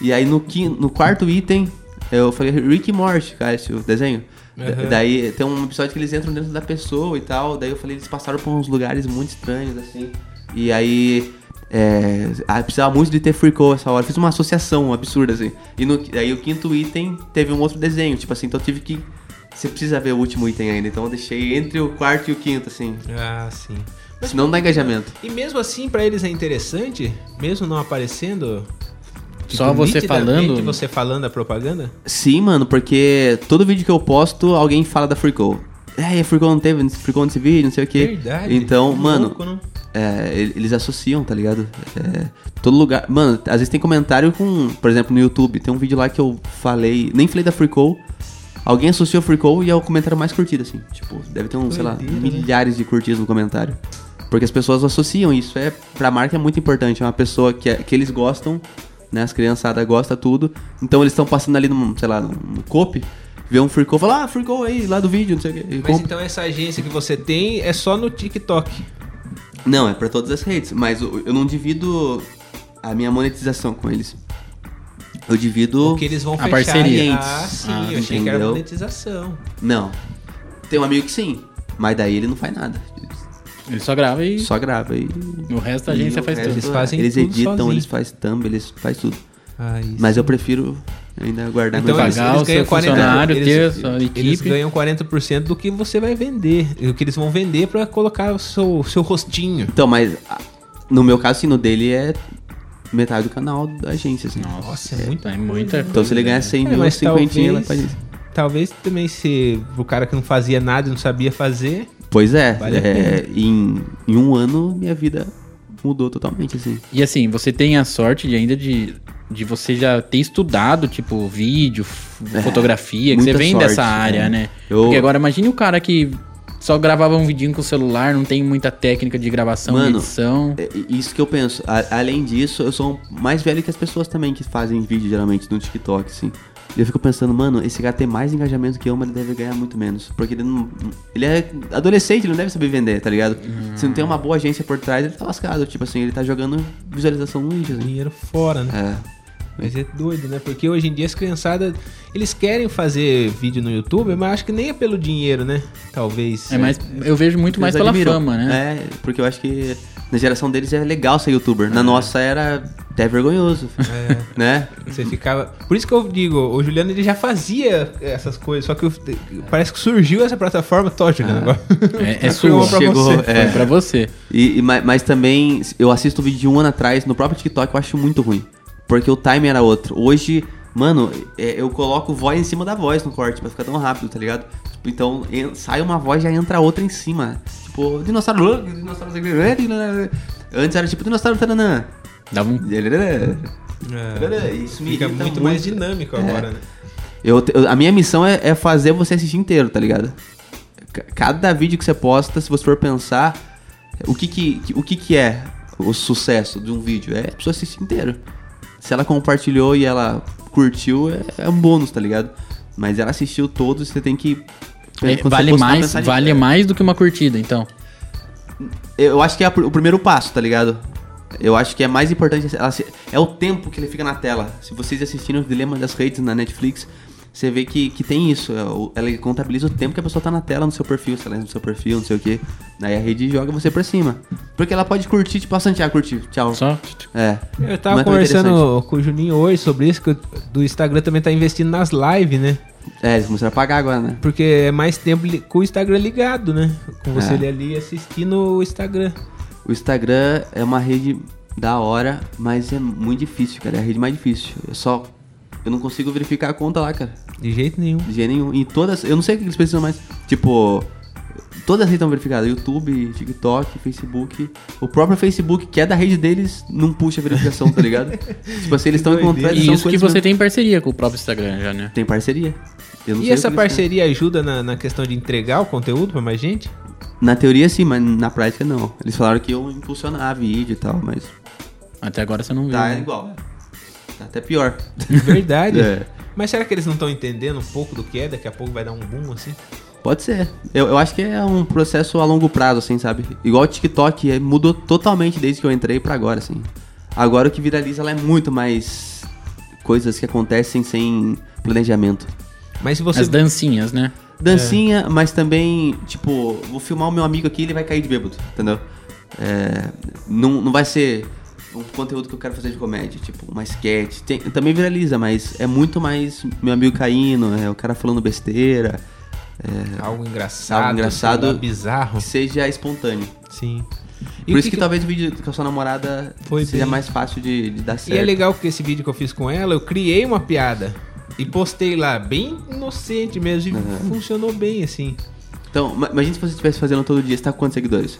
Speaker 4: E aí no, quin- no quarto item Eu falei Rick e Morty, cara, esse o desenho. Da-
Speaker 1: Aham.
Speaker 4: Daí tem um episódio que eles entram dentro da pessoa e tal. Daí eu falei, eles passaram por uns lugares muito estranhos, assim. E aí. É, ah, precisava muito de ter Freako essa hora. Fiz uma associação absurda, assim. E no, aí o quinto item teve um outro desenho, tipo assim, então eu tive que. Você precisa ver o último item ainda, então eu deixei entre o quarto e o quinto, assim.
Speaker 1: Ah, sim. Mas,
Speaker 4: Senão não dá engajamento.
Speaker 1: e mesmo assim, pra eles é interessante? Mesmo não aparecendo?
Speaker 2: Só você
Speaker 1: nitidamente
Speaker 2: falando?
Speaker 1: você falando a propaganda?
Speaker 4: Sim, mano, porque todo vídeo que eu posto, alguém fala da Freako. É, Freako não teve, Freako nesse vídeo, não sei o quê.
Speaker 1: Verdade.
Speaker 4: Então,
Speaker 1: Que
Speaker 4: mano,
Speaker 1: louco, né?
Speaker 4: É, ele- eles associam, tá ligado? É, todo lugar. Mano, às vezes tem comentário com. Por exemplo, no YouTube, tem um vídeo lá que eu falei. Nem falei da Freako. Alguém associou a Freako e é o comentário mais curtido, assim. Tipo, deve ter, um, sei lá,
Speaker 1: Doideira, né?
Speaker 4: milhares de curtidas no comentário. Porque as pessoas associam isso. É, pra marca é muito importante. É uma pessoa que, é- que eles gostam, né? As criançadas gostam tudo. Então eles estão passando ali num, sei lá, num cope. Vê um Freako e fala, ah, Freako aí, lá do vídeo, não sei o quê. E
Speaker 1: Mas
Speaker 4: compra.
Speaker 1: então essa agência que você tem é só no TikTok.
Speaker 4: Não, é pra todas as redes, mas eu eu não divido a minha monetização com eles. Eu divido.
Speaker 1: Porque eles vão
Speaker 2: A
Speaker 1: fechar
Speaker 2: parceria.
Speaker 1: Ah, sim,
Speaker 4: Ah,
Speaker 1: eu achei que era
Speaker 4: entendeu?
Speaker 1: monetização.
Speaker 4: Não. Tem um amigo que sim, mas daí ele não faz nada.
Speaker 2: Ele só grava e
Speaker 4: Ele só é grava e.
Speaker 2: o resto da
Speaker 4: e
Speaker 2: agência
Speaker 4: o
Speaker 2: faz
Speaker 4: resto-
Speaker 2: tudo.
Speaker 1: Eles fazem
Speaker 4: Eles
Speaker 1: tudo
Speaker 4: editam,
Speaker 1: sozinho.
Speaker 4: eles fazem thumb, eles fazem tudo.
Speaker 1: Ah, isso.
Speaker 4: Mas eu prefiro ainda guardar
Speaker 1: Então
Speaker 4: meu
Speaker 1: eles,
Speaker 2: Pagar
Speaker 1: eles
Speaker 2: o
Speaker 1: ganham
Speaker 2: seu
Speaker 1: 40,
Speaker 2: funcionário,
Speaker 1: eles,
Speaker 2: ter a sua
Speaker 1: eles
Speaker 2: equipe.
Speaker 1: ganham 40% do que você vai vender, o que eles vão vender pra colocar o seu, seu rostinho.
Speaker 4: Então, mas ah, no meu caso, sim, no dele é metade do canal da agência, assim.
Speaker 1: Nossa, é muito
Speaker 2: É muita
Speaker 4: Então se ele ganhar 100 mil, 50 lá pra agência.
Speaker 1: talvez também se o cara que não fazia nada e não sabia fazer,
Speaker 4: Pois é,
Speaker 1: Vale a
Speaker 4: é, em, em um ano minha vida mudou totalmente, assim.
Speaker 2: E assim, você tem a sorte de ainda de, de você já ter estudado, tipo, vídeo, f- fotografia, que
Speaker 4: É, muita
Speaker 2: você vem
Speaker 4: sorte,
Speaker 2: dessa área,
Speaker 4: né?
Speaker 2: né?
Speaker 4: Eu-
Speaker 2: Porque agora imagine o cara que só gravava um vidinho com o celular, não tem muita técnica de gravação,
Speaker 4: Mano,
Speaker 2: de edição.
Speaker 4: É isso que eu penso. A- além disso, eu sou mais velho que as pessoas também que fazem vídeo geralmente no TikTok, assim. E eu fico pensando, mano, esse cara tem mais engajamento que eu, mas ele deve ganhar muito menos. Porque ele não. Ele é adolescente, ele não deve saber vender, tá ligado? Se não tem uma boa agência por trás, ele tá lascado. Tipo assim, ele tá jogando visualização no lixo, assim.
Speaker 1: dinheiro fora, né?
Speaker 4: É.
Speaker 1: Mas é doido, né? Porque hoje em dia as criançadas, eles querem fazer vídeo no YouTube, mas acho que nem é pelo dinheiro, né? Talvez.
Speaker 2: É mais, eu vejo muito mais
Speaker 4: Eles
Speaker 2: pela
Speaker 4: admiram.
Speaker 2: fama, né?
Speaker 4: É, porque eu acho que na geração deles é legal ser youtuber. Na nossa era até vergonhoso. Né?
Speaker 1: Você ficava. Por isso que eu digo, o Juliano ele já fazia essas coisas, só que eu- parece que surgiu essa plataforma, tô, Juliano. agora.
Speaker 2: É,
Speaker 1: [LAUGHS]
Speaker 2: é
Speaker 1: Foi uma
Speaker 2: sua.
Speaker 1: pra
Speaker 4: Chegou,
Speaker 1: você.
Speaker 2: É.
Speaker 4: é.
Speaker 2: pra você.
Speaker 4: E, e ma- mas também, eu assisto vídeo de um ano atrás, no próprio TikTok, eu acho muito ruim. Porque o time era outro. Hoje, mano, é, eu coloco voz em cima da voz no corte, pra ficar tão rápido, tá ligado? Tipo, então, en- sai uma voz, já entra outra em cima. Tipo, dinossauro... louco, dinossauro... Antes era tipo, dinossauro... tananã.
Speaker 2: Dava um...
Speaker 1: É.
Speaker 4: Isso me
Speaker 1: Fica
Speaker 4: irrita É.
Speaker 1: muito, mais dinâmico agora, né?
Speaker 4: Eu, te- eu- a minha missão é, é fazer você assistir inteiro, tá ligado? C- Cada vídeo que você posta, se você for pensar, o que que, que- o que que é o sucesso de um vídeo? É a pessoa assistir inteiro. Se ela compartilhou e ela curtiu, é, é um bônus, tá ligado? Mas ela assistiu todos, você tem que...
Speaker 2: é,
Speaker 4: quando você é.
Speaker 2: vale
Speaker 4: postar,
Speaker 2: mais,
Speaker 4: pensar nisso.
Speaker 2: vale mais do que uma curtida, então.
Speaker 4: Eu acho que é a pr- o primeiro passo, tá ligado? Eu acho que é mais importante. ela se- é o tempo que ele fica na tela. Se vocês assistirem os dilemas das redes na Netflix, você vê que, que tem isso. É o- Ela contabiliza o tempo que a pessoa tá na tela no seu perfil, se ela é no seu perfil, não sei o quê. Aí a rede joga você pra cima. Porque ela pode curtir, tipo, a Santiago curtir. Tchau.
Speaker 2: Só...
Speaker 4: É.
Speaker 1: Eu tava
Speaker 4: Não é tão interessante.
Speaker 1: conversando com o Juninho hoje sobre isso, que o- do Instagram também tá investindo nas lives, né?
Speaker 4: É, eles começaram a pagar agora, né?
Speaker 1: Porque é mais tempo li- com o Instagram ligado, né? Com você
Speaker 4: É.
Speaker 1: ali assistindo o Instagram.
Speaker 4: O Instagram é uma rede da hora, mas é muito difícil, cara. É a rede mais difícil. Eu só. Eu não consigo verificar a conta lá, cara.
Speaker 1: De jeito nenhum.
Speaker 4: De jeito nenhum. E todas. Eu não sei o que eles precisam mais. Tipo. Todas as redes estão verificadas. YouTube, TikTok, Facebook. O próprio Facebook, que é da rede deles, não puxa a verificação, tá ligado? tipo assim, eles estão em
Speaker 1: doideira.
Speaker 4: contradição
Speaker 2: E isso
Speaker 4: com
Speaker 2: que
Speaker 4: eles
Speaker 2: você
Speaker 4: mesmos.
Speaker 2: tem parceria com o próprio Instagram já, né?
Speaker 4: Tem parceria. Eu não
Speaker 1: E
Speaker 4: sei o
Speaker 1: essa
Speaker 4: que eles-
Speaker 1: parceria ajuda na, na questão de entregar o conteúdo pra mais
Speaker 4: [LAUGHS]
Speaker 1: gente?
Speaker 4: Na teoria sim, mas na prática não. Eles falaram que eu impulsionava vídeo e tal, mas.
Speaker 2: Até agora você não viu.
Speaker 4: Tá
Speaker 2: né?
Speaker 4: igual. Tá até pior.
Speaker 1: Verdade.
Speaker 4: É.
Speaker 1: Mas será que eles não estão entendendo um pouco do que é? Daqui a pouco vai dar um boom assim?
Speaker 4: Pode ser. Eu, eu acho que é um processo a longo prazo, assim, sabe? Igual o TikTok, é, mudou totalmente desde que eu entrei pra agora, assim. Agora o que viraliza ela é muito mais coisas que acontecem sem. planejamento.
Speaker 1: Mas se você.
Speaker 2: As dancinhas, né?
Speaker 4: Dancinha, mas também, tipo, vou filmar o meu amigo aqui ele vai cair de bêbado, entendeu? É, não, não vai ser um conteúdo que eu quero fazer de comédia, tipo, uma sketch. Tem- também viraliza, mas é muito mais meu amigo caindo, é o cara falando besteira,
Speaker 1: Algo engraçado.
Speaker 4: Algo engraçado.
Speaker 1: sei lá, Bizarro.
Speaker 4: que seja espontâneo.
Speaker 1: Sim.
Speaker 4: Por isso que, tá- talvez o vídeo com a sua namorada
Speaker 1: Foi
Speaker 4: seja
Speaker 1: bem.
Speaker 4: mais fácil de, de dar certo.
Speaker 1: E é legal porque esse vídeo que eu fiz com ela, eu criei uma piada. E postei lá, bem inocente mesmo. E funcionou bem, assim.
Speaker 4: Então, ma- imagina se você estivesse fazendo todo dia, você tá com quantos seguidores?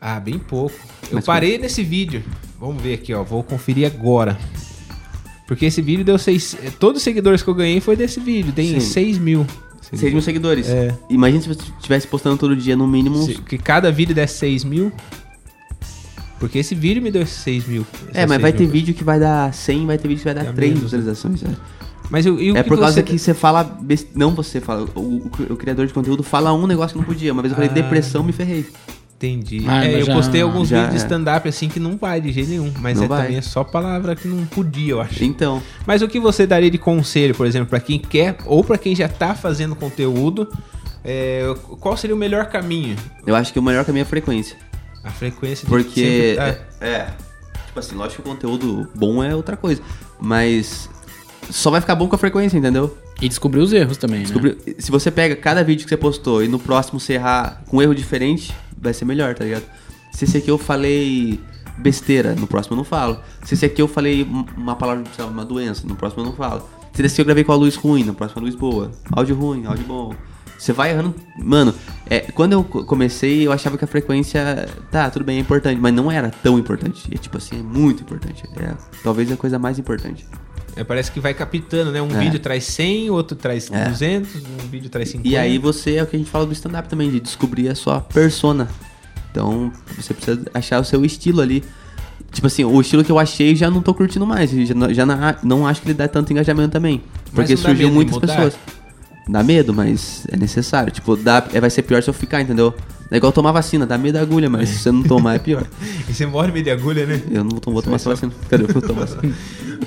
Speaker 1: Ah, bem pouco. Eu
Speaker 4: Mas
Speaker 1: parei nesse vídeo. Vamos ver aqui, ó. Vou conferir agora. Porque esse vídeo deu seis. eh, Todos os seguidores que eu ganhei foi desse vídeo. Tem
Speaker 4: Sim.
Speaker 1: 6 mil.
Speaker 4: 6 mil seguidores.
Speaker 1: É.
Speaker 4: Imagina se você estivesse postando todo dia, no mínimo, uns
Speaker 1: Se- Que cada vídeo der 6 mil. Porque esse vídeo me deu 6 mil.
Speaker 4: É, mas vai ter vídeo que vai dar 100, vai ter vídeo que vai
Speaker 1: Dá
Speaker 4: dar 3
Speaker 1: menos,
Speaker 4: visualizações. né?
Speaker 1: Mas eu, e o
Speaker 4: É
Speaker 1: que
Speaker 4: por causa
Speaker 1: você-
Speaker 4: que você fala. bes- Não você fala. O, o- o criador de conteúdo fala um negócio que não podia. Uma vez eu falei
Speaker 1: Ah.
Speaker 4: depressão, me ferrei.
Speaker 1: Entendi.
Speaker 2: Ah,
Speaker 1: É,
Speaker 2: mas
Speaker 1: eu
Speaker 2: já-
Speaker 1: postei alguns
Speaker 4: já
Speaker 1: vídeos de
Speaker 4: é.
Speaker 1: stand-up assim que não vai de jeito nenhum. Mas
Speaker 4: Não
Speaker 1: é
Speaker 4: vai.
Speaker 1: também é só palavra que não podia, eu acho.
Speaker 4: Então,
Speaker 1: Mas o que você daria de conselho, por exemplo, pra quem quer ou pra quem já tá fazendo conteúdo? é, qual seria o melhor caminho?
Speaker 4: eu acho que o melhor caminho é a frequência.
Speaker 1: A frequência de
Speaker 4: Porque.
Speaker 1: sempre tá-
Speaker 4: É, é, Tipo assim, lógico que o conteúdo bom é outra coisa. Mas. Só vai ficar bom com a frequência, entendeu?
Speaker 2: E descobrir os erros também, né?
Speaker 4: Descobri- Se você pega cada vídeo que você postou e no próximo você errar com um erro diferente, vai ser melhor, tá ligado? Se esse aqui eu falei besteira, no próximo eu não falo. Se esse aqui eu falei um- uma palavra, sei lá, uma doença, no próximo eu não falo. Se esse aqui eu gravei com a luz ruim, no próximo a luz boa. Áudio ruim, áudio bom. Você vai errando. Mano, é, quando eu co- comecei, eu achava que a frequência. Tá, tudo bem, é importante, mas não era tão importante. É tipo assim, é muito importante. É talvez a coisa mais importante.
Speaker 1: é, parece que vai captando, né? Um
Speaker 4: É.
Speaker 1: vídeo traz 100, outro traz
Speaker 4: É.
Speaker 1: 200, um vídeo traz 50.
Speaker 4: E aí você é o que a gente fala do stand-up também, de descobrir a sua persona. Então, você precisa achar o seu estilo ali. Tipo assim, o estilo que eu achei já não tô curtindo mais. Já, não- já na- não acho que ele dá tanto engajamento também. Porque
Speaker 1: não dá
Speaker 4: surgiu
Speaker 1: medo de
Speaker 4: muitas
Speaker 1: mudar?
Speaker 4: pessoas. Dá medo, mas é necessário. Tipo, dá, é- vai ser pior se eu ficar, entendeu? É igual tomar vacina, dá medo da agulha, mas se você não tomar
Speaker 1: [LAUGHS]
Speaker 4: é pior.
Speaker 1: E você morre meio de agulha, né?
Speaker 4: Eu não vou, vou tomar essa vacina. Cadê? Eu vou
Speaker 1: [LAUGHS]
Speaker 4: tomar essa.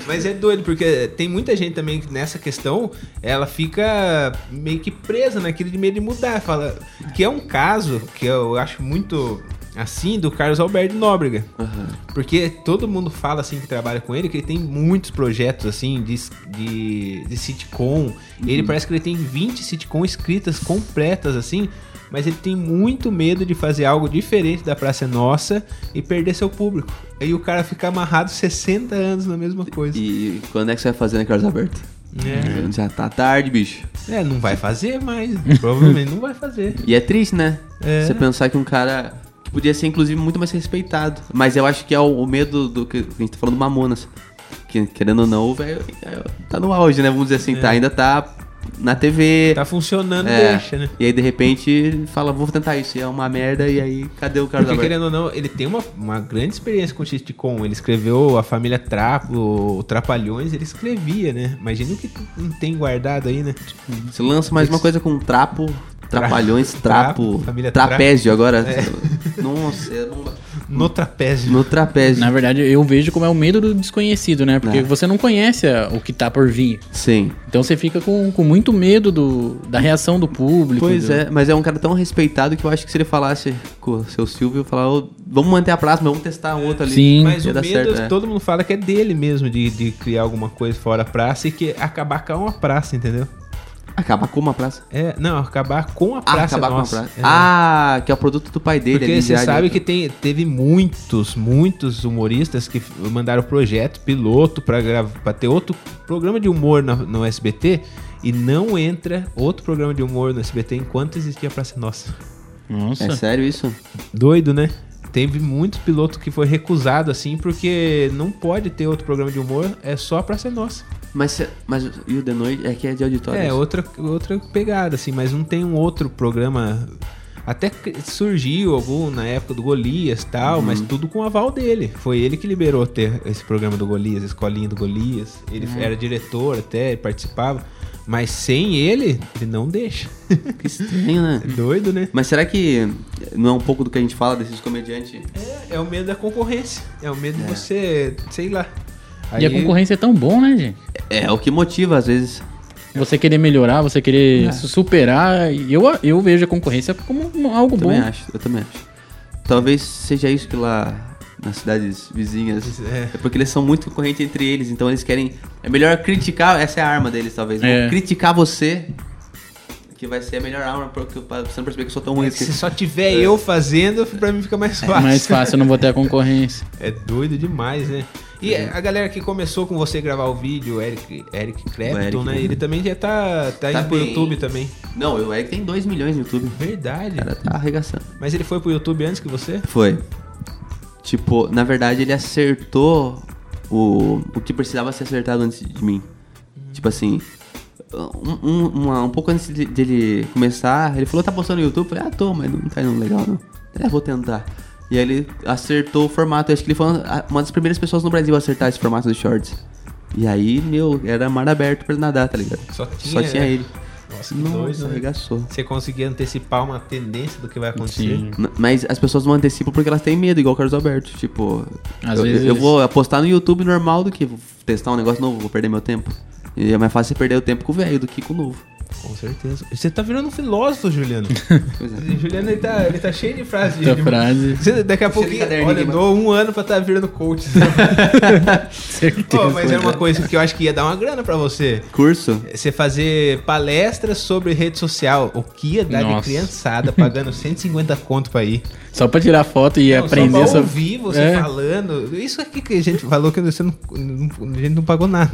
Speaker 1: Mas é doido, porque tem muita gente também que nessa questão, ela fica meio que presa naquilo de medo de mudar. Fala, que é um caso que eu acho muito assim do Carlos Alberto Nóbrega.
Speaker 4: Aham.
Speaker 1: Porque todo mundo fala assim que trabalha com ele, que ele tem muitos projetos assim de, de, de sitcom.
Speaker 4: Uhum.
Speaker 1: Ele parece que ele tem 20 sitcom escritas completas assim, mas ele tem muito medo de fazer algo diferente da Praça é Nossa e perder seu público. Aí o cara fica amarrado 60 anos na mesma coisa.
Speaker 4: E quando é que você vai fazer, né, Carlos Alberto?
Speaker 1: É.
Speaker 4: Já tá tarde, bicho.
Speaker 1: É, não vai fazer mais. Provavelmente não vai
Speaker 4: [LAUGHS]
Speaker 1: fazer.
Speaker 4: E é triste, né?
Speaker 1: É.
Speaker 4: Você pensar que um cara que podia ser, inclusive, muito mais respeitado. Mas eu acho que é o, o medo do que a gente tá falando do Mamonas. Que, querendo ou não, o velho é, tá no auge, né? Vamos dizer assim, tá, ainda tá na TV.
Speaker 1: É. Tá funcionando,
Speaker 4: é.
Speaker 1: deixa, né?
Speaker 4: E aí, de repente, fala, vou tentar isso. E é uma merda, e aí, cadê o cara
Speaker 1: Porque querendo ou não, ele tem uma, uma grande experiência com o sitcom. Ele escreveu a família Trapo, o Trapalhões, ele escrevia, né? Imagina o que não tem guardado aí, né?
Speaker 4: Você lança mais uma coisa com um trapo, trapalhões, trapo,
Speaker 1: Trapo, família É.
Speaker 4: trapézio agora. Nossa, eu não...
Speaker 1: No trapézio.
Speaker 4: no trapézio.
Speaker 2: Na verdade, eu vejo como é o medo do desconhecido, né? Porque
Speaker 4: É.
Speaker 2: você não conhece a- o que tá por vir.
Speaker 4: Sim.
Speaker 2: Então você fica com, com muito medo do, da reação do público.
Speaker 4: Pois
Speaker 2: do-
Speaker 4: é, mas é um cara tão respeitado que eu acho que se ele falasse com o seu Silvio, eu falava, "Ô, vamos manter a próxima, vamos testar um outro ali.
Speaker 2: Sim.
Speaker 1: Mas
Speaker 4: ia
Speaker 1: o
Speaker 4: dar
Speaker 1: medo,
Speaker 4: certo, é.
Speaker 1: todo mundo fala que é dele mesmo, de, de criar alguma coisa fora a praça e que acabar com uma praça, entendeu?
Speaker 4: Acabar com uma praça.
Speaker 1: É, não, acabar com a
Speaker 4: Ah,
Speaker 1: praça
Speaker 4: acabar
Speaker 1: nossa.
Speaker 4: com uma praça.
Speaker 1: É.
Speaker 4: Ah, que é o produto do pai dele.
Speaker 1: Porque
Speaker 4: ali,
Speaker 1: você
Speaker 4: já- tá.
Speaker 1: sabe que tem, teve muitos, muitos humoristas que f- mandaram projeto piloto pra gravar, para ter outro programa de humor na- no, SBT e não entra outro programa de humor no SBT enquanto existia Praça Nossa.
Speaker 2: Nossa.
Speaker 4: É sério isso?
Speaker 1: Doido, né? Teve muitos pilotos que foi recusado assim porque não pode ter outro programa de humor, é só Praça Nossa.
Speaker 4: Mas, cê- mas e o The Noite é que é de auditório.
Speaker 1: É
Speaker 4: isso.
Speaker 1: outra outra pegada assim, mas não tem um outro programa até que surgiu algum na época do Golias tal, mas tudo com o aval dele. Foi ele que liberou ter esse programa do Golias, a escolinha do Golias. Ele era diretor até, participava. Mas sem ele, ele não deixa. [LAUGHS]
Speaker 4: Que estranho, né?
Speaker 1: É doido, né?
Speaker 4: Mas será que não é um pouco do que a gente fala desses comediantes?
Speaker 1: É, é o medo da concorrência. É o medo de você, sei lá.
Speaker 2: E a concorrência é tão é bom, né, gente?
Speaker 4: É, o que motiva às vezes.
Speaker 2: Você querer melhorar, você
Speaker 4: É.
Speaker 2: querer se superar. e Eu, eu vejo a concorrência como um- algo
Speaker 4: Eu
Speaker 2: bom.
Speaker 4: também acho, eu também acho. Talvez seja isso que lá nas cidades vizinhas. É.
Speaker 1: É.
Speaker 4: porque eles são muito concorrentes entre eles, então eles querem. É melhor criticar, essa é a arma deles, talvez. né?
Speaker 2: É.
Speaker 4: Criticar você, que vai ser a melhor arma, porque pra você não perceber que eu sou tão ruim assim.
Speaker 1: Se É só tiver eu fazendo, pra mim fica mais fácil.
Speaker 2: Mais fácil, eu não vou ter a concorrência.
Speaker 1: É doido demais, né? E
Speaker 4: É.
Speaker 1: a galera que começou com você gravar o vídeo, o Eric, Eric Clapton,
Speaker 4: O Eric,
Speaker 1: né?
Speaker 4: né?
Speaker 1: Ele também já tá, tá,
Speaker 4: Tá
Speaker 1: indo pro
Speaker 4: bem.
Speaker 1: YouTube também.
Speaker 4: Não, o Eric tem 2 milhões no YouTube.
Speaker 1: Verdade.
Speaker 4: O cara tá arregaçando.
Speaker 1: Mas ele foi pro YouTube antes que você?
Speaker 4: Foi. Tipo, na verdade ele acertou o, o que precisava ser acertado antes de mim.
Speaker 1: Uhum.
Speaker 4: Tipo assim, um, um, uma- um pouco antes de- dele começar, ele falou, tá postando no YouTube? Eu falei, ah, tô, mas não tá indo legal não. É, vou tentar. E aí ele acertou o formato, acho que ele foi uma uma das primeiras pessoas no Brasil a acertar esse formato de shorts. E aí, meu, era mar aberto pra ele nadar, tá ligado?
Speaker 1: Só
Speaker 4: Só
Speaker 1: tinha,
Speaker 4: tinha
Speaker 1: né?
Speaker 4: ele.
Speaker 1: Nossa, que
Speaker 4: Nossa,
Speaker 1: doido, né?
Speaker 4: arregaçou.
Speaker 1: Você conseguia antecipar uma tendência do que vai acontecer.
Speaker 2: Sim.
Speaker 4: N- Mas as pessoas não antecipam porque elas têm medo, igual o Carlos Alberto. Tipo,
Speaker 2: Às
Speaker 4: eu,
Speaker 2: vezes-
Speaker 4: eu vou apostar no YouTube normal do que vou testar um negócio novo, vou perder meu tempo. E é mais fácil você perder o tempo com o velho do que com o novo.
Speaker 1: Com certeza. Você tá virando um filósofo, Juliano.
Speaker 4: [LAUGHS] Pois é.
Speaker 1: Juliano, ele tá, ele tá cheio de frases. de-
Speaker 2: Essa frase.
Speaker 1: Você- daqui a pouco,
Speaker 4: de caderno,
Speaker 1: olha, eu
Speaker 4: Guima.
Speaker 1: dou um ano pra estar virando
Speaker 4: [LAUGHS]
Speaker 1: coach. [LAUGHS] Pô, mas era
Speaker 4: é.
Speaker 1: uma coisa que eu acho que ia dar uma grana pra você.
Speaker 4: Curso?
Speaker 1: Você fazer palestras sobre rede social, o que ia dar de
Speaker 2: Nossa.
Speaker 1: criançada
Speaker 2: [LAUGHS]
Speaker 1: pagando 150 conto pra ir.
Speaker 2: Só pra tirar foto e
Speaker 1: Não,
Speaker 2: aprender
Speaker 1: só pra
Speaker 2: essa-
Speaker 1: ouvir você
Speaker 2: É.
Speaker 1: falando. Isso aqui que a gente falou que você não, não- a gente não pagou
Speaker 2: [LAUGHS]
Speaker 1: nada.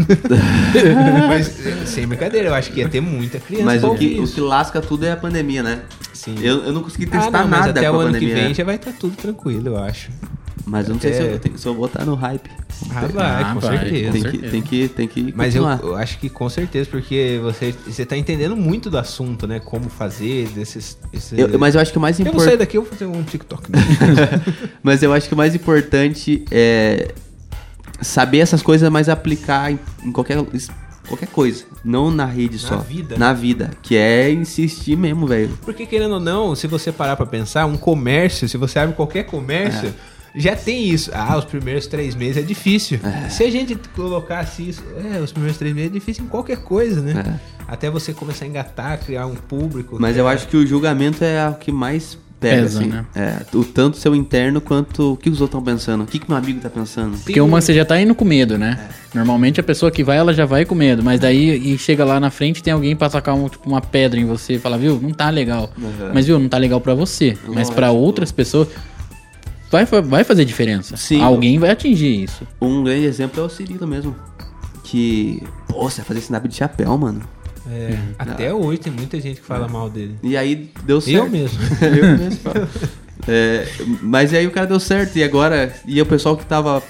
Speaker 1: Mas, eh, sem brincadeira, eu acho que ia ter muita criança
Speaker 4: Mas
Speaker 1: pra
Speaker 4: o que,
Speaker 1: ouvir
Speaker 4: o
Speaker 1: isso.
Speaker 4: que lasca tudo é a pandemia, né?
Speaker 1: Sim.
Speaker 4: Eu, eu não consegui
Speaker 1: Ah,
Speaker 4: testar
Speaker 1: não, mas
Speaker 4: nada
Speaker 1: até
Speaker 4: com
Speaker 1: o
Speaker 4: a
Speaker 1: ano que
Speaker 4: pandemia. né?
Speaker 1: vem já vai estar tudo tranquilo, eu acho.
Speaker 4: Mas eu não sei se
Speaker 1: É.
Speaker 4: eu, tenho- se eu vou estar no hype.
Speaker 1: Ah, vai,
Speaker 2: Ah,
Speaker 1: com
Speaker 2: vai,
Speaker 1: certeza.
Speaker 4: tem, que,
Speaker 2: certeza.
Speaker 4: tem que tem que
Speaker 1: Mas eu,
Speaker 4: continuar.
Speaker 1: eu acho que com certeza, porque você, você tá entendendo muito do assunto, né? Como fazer, desses. Esse...
Speaker 4: Eu- mas é eu acho que o mais
Speaker 1: Eu vou sair
Speaker 4: importante.
Speaker 1: daqui, eu vou fazer um TikTok. Né?
Speaker 4: [LAUGHS] Mas eu acho que o mais importante é saber essas coisas, mas aplicar em, em qualquer, es- qualquer coisa. Não na rede
Speaker 1: Na
Speaker 4: só.
Speaker 1: vida.
Speaker 4: Na vida. Que é insistir mesmo, velho.
Speaker 1: Porque querendo ou não, se você parar pra pensar, um comércio, se você abre qualquer comércio, já tem isso. Ah, os primeiros três meses é difícil. Se a gente colocasse isso, é, os primeiros três meses é difícil em qualquer coisa, né? Até você começar a engatar, criar um público.
Speaker 4: Mas eu acho que o julgamento é o que mais pega,
Speaker 2: Pesa,
Speaker 4: assim.
Speaker 2: né?
Speaker 4: É, o tanto seu interno quanto o que os outros estão pensando. O que, que meu amigo tá pensando.
Speaker 2: Porque uma você já tá indo com medo, né?
Speaker 4: É.
Speaker 2: Normalmente a pessoa que vai, ela já vai com medo. Mas daí e chega lá na frente, tem alguém pra tacar um, tipo, uma pedra em você e falar, viu, não tá legal. Mas viu, não tá legal pra você. Mas pra
Speaker 4: Uhum. Lógico.
Speaker 2: outras pessoas. Vai, fa- vai fazer diferença.
Speaker 4: Sim.
Speaker 2: Alguém vai atingir isso.
Speaker 4: Um grande exemplo é o Cirilo mesmo. Que. Pô, você vai fazer esse nabo de chapéu, mano.
Speaker 1: É, até hoje tem muita gente que fala mal dele.
Speaker 4: E aí deu certo.
Speaker 1: Eu mesmo.
Speaker 4: [LAUGHS] Eu mesmo. É, mas aí o cara deu certo e agora. E o pessoal que tava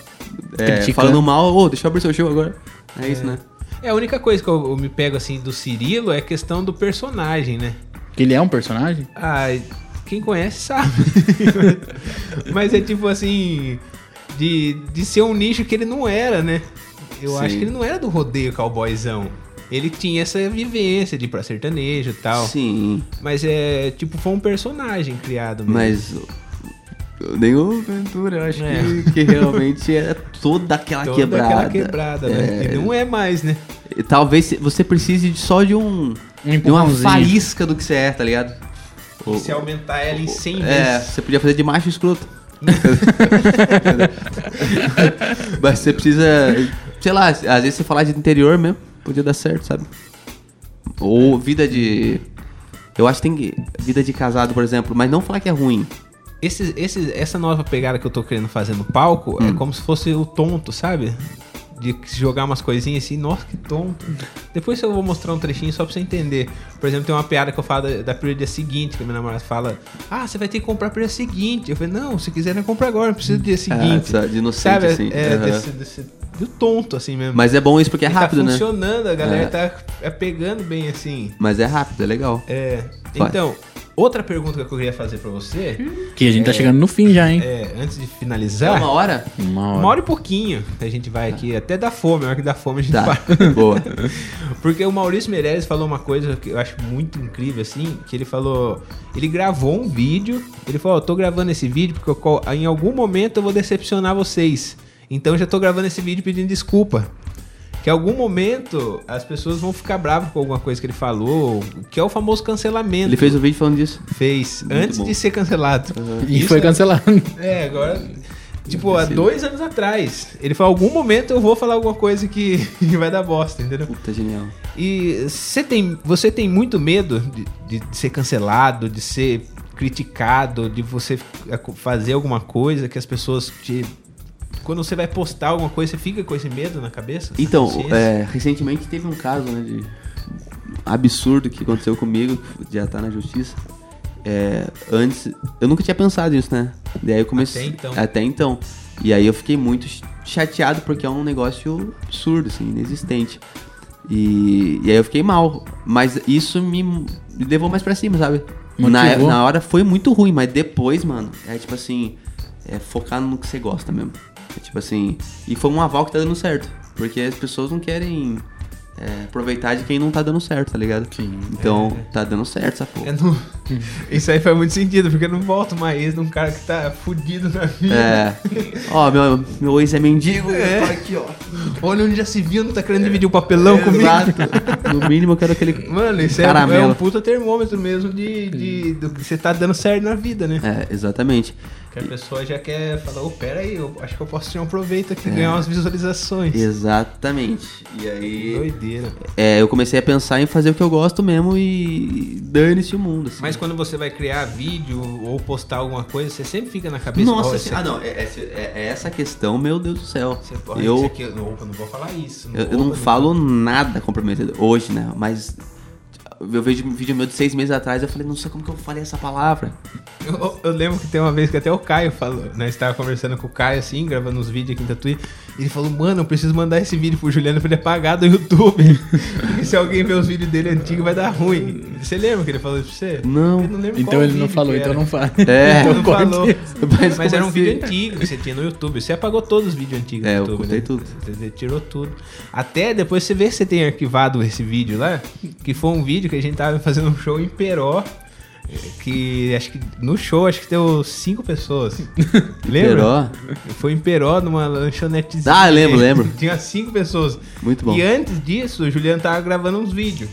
Speaker 4: é,
Speaker 2: Criticando.
Speaker 4: falando mal, ô, deixa eu abrir seu show agora. É, isso, né?
Speaker 1: É a única coisa que eu, eu me pego assim do Cirilo é a questão do personagem, né?
Speaker 2: Porque ele é um personagem?
Speaker 1: Ah, quem conhece
Speaker 4: [LAUGHS]
Speaker 1: sabe. Mas é tipo assim. De, de ser um nicho que ele não era, né? Eu
Speaker 4: Sim.
Speaker 1: acho que ele não era do rodeio cowboyzão. Ele tinha essa vivência de ir pra sertanejo e tal.
Speaker 4: Sim.
Speaker 1: Mas é tipo, foi um personagem criado mesmo.
Speaker 4: Mas. Nenhum Ventura, eu acho
Speaker 1: É.
Speaker 4: que, que realmente é toda aquela
Speaker 1: Toda
Speaker 4: quebrada.
Speaker 1: aquela quebrada, né? E não é mais, né?
Speaker 4: E Talvez se- você precise de- só de um.
Speaker 2: Um
Speaker 4: de uma
Speaker 2: empurrãozinho.
Speaker 4: faísca do que você é, tá ligado? O-
Speaker 1: Se aumentar ela em 100
Speaker 4: É,
Speaker 1: vezes.
Speaker 4: você podia fazer de
Speaker 1: [LAUGHS]
Speaker 4: macho escroto. Mas você precisa. Sei lá, às vezes você falar de interior mesmo, podia dar certo, sabe? Ou vida de. Eu acho que tem que- vida de casado, por exemplo, mas não falar que é ruim.
Speaker 1: Esse, esse- essa nova pegada que eu tô querendo fazer no palco
Speaker 4: Hum.
Speaker 1: é como se fosse o tonto, sabe? De jogar umas coisinhas assim, nossa, que tonto. Depois eu vou mostrar um trechinho só pra você entender. Por exemplo, tem uma piada que eu falo da, da pílula do dia seguinte, que a minha namorada fala: Ah, você vai ter que comprar a pílula seguinte. Eu falei: Não, se quiser, não compra agora, não precisa do dia seguinte.
Speaker 4: É, essa- de inocente,
Speaker 1: sabe?
Speaker 4: assim.
Speaker 1: É,
Speaker 4: Aham.
Speaker 1: desse, desse- do tonto, assim mesmo.
Speaker 4: Mas é bom isso porque é
Speaker 1: E
Speaker 4: rápido,
Speaker 1: tá
Speaker 4: né?
Speaker 1: funcionando, a galera
Speaker 4: É.
Speaker 1: tá é, pegando bem assim.
Speaker 4: Mas é rápido, é legal.
Speaker 1: É,
Speaker 4: Vai.
Speaker 1: então, outra pergunta que eu queria fazer pra você,
Speaker 2: Que a gente tá chegando no fim já, hein?
Speaker 1: é, antes de
Speaker 4: É
Speaker 1: finalizar.
Speaker 4: uma hora?
Speaker 2: Uma hora.
Speaker 1: Uma hora e pouquinho a gente vai aqui, até dá fome, a hora que dá fome a gente
Speaker 4: Tá,
Speaker 1: para.
Speaker 4: boa.
Speaker 1: [LAUGHS] Porque o Maurício Meirelles falou uma coisa que eu acho muito incrível, assim, que ele falou. Ele gravou um vídeo, ele falou, ó, tô gravando esse vídeo porque eu co- em algum momento eu vou decepcionar vocês. Então eu já tô gravando esse vídeo pedindo desculpa. que em algum momento as pessoas vão ficar bravas com alguma coisa que ele falou, que é o famoso cancelamento.
Speaker 4: Ele fez um vídeo falando disso.
Speaker 1: Fez
Speaker 4: Muito
Speaker 1: antes
Speaker 4: bom.
Speaker 1: de ser cancelado.
Speaker 2: E
Speaker 1: Isso
Speaker 2: foi
Speaker 4: né?
Speaker 1: é-
Speaker 2: cancelado.
Speaker 1: É, agora. Tipo, há dois anos atrás, ele falou: algum momento eu vou falar alguma coisa que [LAUGHS] vai dar bosta, entendeu?
Speaker 4: Puta, genial.
Speaker 1: E você tem, você tem muito medo de, de ser cancelado, de ser criticado, de você ac- fazer alguma coisa que as pessoas te. Quando você vai postar alguma coisa, você fica com esse medo na cabeça? essa
Speaker 4: Então,
Speaker 1: consciência?
Speaker 4: é, recentemente teve um caso né, de absurdo que aconteceu comigo, que já tá na justiça. É, antes, eu nunca tinha pensado nisso, né? Daí eu comecei.
Speaker 1: Até então.
Speaker 4: Até então. E aí eu fiquei muito ch- chateado porque é um negócio absurdo, assim, inexistente. E, e aí eu fiquei mal. Mas isso me, me levou mais pra cima, sabe? Na,
Speaker 2: Motivou.
Speaker 4: na hora foi muito ruim, mas depois, mano, é tipo assim, é focar no que você gosta mesmo. É tipo assim, e foi um aval que tá dando certo. Porque as pessoas não querem é, aproveitar de quem não tá dando certo, tá ligado?
Speaker 2: Sim.
Speaker 4: Então,
Speaker 1: É.
Speaker 4: tá dando certo essa porra.
Speaker 1: Eu não- Isso aí faz muito sentido, porque eu não volto mais num cara que tá fudido na vida.
Speaker 4: É. Ó, meu, meu ex é mendigo.
Speaker 1: É.
Speaker 4: eu tô aqui, ó.
Speaker 1: Olha onde já se viu, não tá querendo dividir o papelão comigo.
Speaker 4: É, Exato. No mínimo eu quero aquele.
Speaker 1: Mano, isso é,
Speaker 4: Caramelo.
Speaker 1: é
Speaker 4: Hum.
Speaker 1: um puta termômetro mesmo de, de- do que você tá dando certo na vida, né?
Speaker 4: É, exatamente.
Speaker 1: Que a pessoa já quer falar, ô, pera aí, eu acho que eu posso tirar um proveito
Speaker 4: É.
Speaker 1: aqui, ganhar umas visualizações.
Speaker 4: Exatamente. E aí.
Speaker 1: Doideira.
Speaker 4: É, eu comecei a pensar em fazer o que eu gosto mesmo e dane-se o mundo. assim.
Speaker 1: Mas quando você vai criar vídeo ou postar alguma coisa, você sempre fica na cabeça. ó,
Speaker 4: Nossa,
Speaker 1: esse
Speaker 4: assim, ah não, é, é- é- é essa questão, meu Deus do céu.
Speaker 1: Você pode
Speaker 4: eu,
Speaker 1: dizer que eu não, eu não vou falar isso.
Speaker 4: eu, eu
Speaker 1: vou
Speaker 4: não
Speaker 1: fazer-
Speaker 4: falo nada comprometedor hoje, né? Mas eu vejo um vídeo meu de seis meses atrás, eu falei, não sei como que eu falei essa palavra.
Speaker 1: Eu, eu lembro que tem uma vez que até o Caio falou, né? Estava conversando com o Caio assim, gravando uns vídeos aqui em Tatuí. Ele falou, mano, eu preciso mandar esse vídeo pro Juliano pra ele apagar do YouTube. [LAUGHS] Porque se alguém ver os vídeos dele antigos vai dar ruim. Você lembra que ele falou isso pra você?
Speaker 4: Não.
Speaker 1: Eu não lembro
Speaker 2: Então
Speaker 1: qual
Speaker 2: ele não
Speaker 1: vídeo
Speaker 2: falou,
Speaker 1: que
Speaker 2: então
Speaker 1: era.
Speaker 2: não fala.
Speaker 4: É.
Speaker 1: Então
Speaker 2: [LAUGHS] Então
Speaker 1: não
Speaker 2: corta
Speaker 1: falou.
Speaker 2: isso.
Speaker 1: Mas,
Speaker 4: como
Speaker 1: era um
Speaker 4: assim?
Speaker 1: vídeo antigo que você tinha no YouTube. Você apagou todos os vídeos antigos
Speaker 4: É, eu
Speaker 1: no YouTube.
Speaker 4: cortei
Speaker 1: né?
Speaker 4: tudo.
Speaker 1: Você você tirou tudo. Até depois você vê se você tem arquivado esse vídeo lá. Que foi um vídeo que a gente tava fazendo um show em Peró. eh, Que acho que no show acho que deu cinco
Speaker 4: [LAUGHS]
Speaker 1: pessoas. Lembra?
Speaker 4: Peró?
Speaker 1: Foi em Peró numa lanchonetezinha.
Speaker 4: Ah, lembro, lembro.
Speaker 1: Tinha cinco pessoas.
Speaker 4: Muito bom.
Speaker 1: E antes disso, o Juliano tava gravando uns vídeos.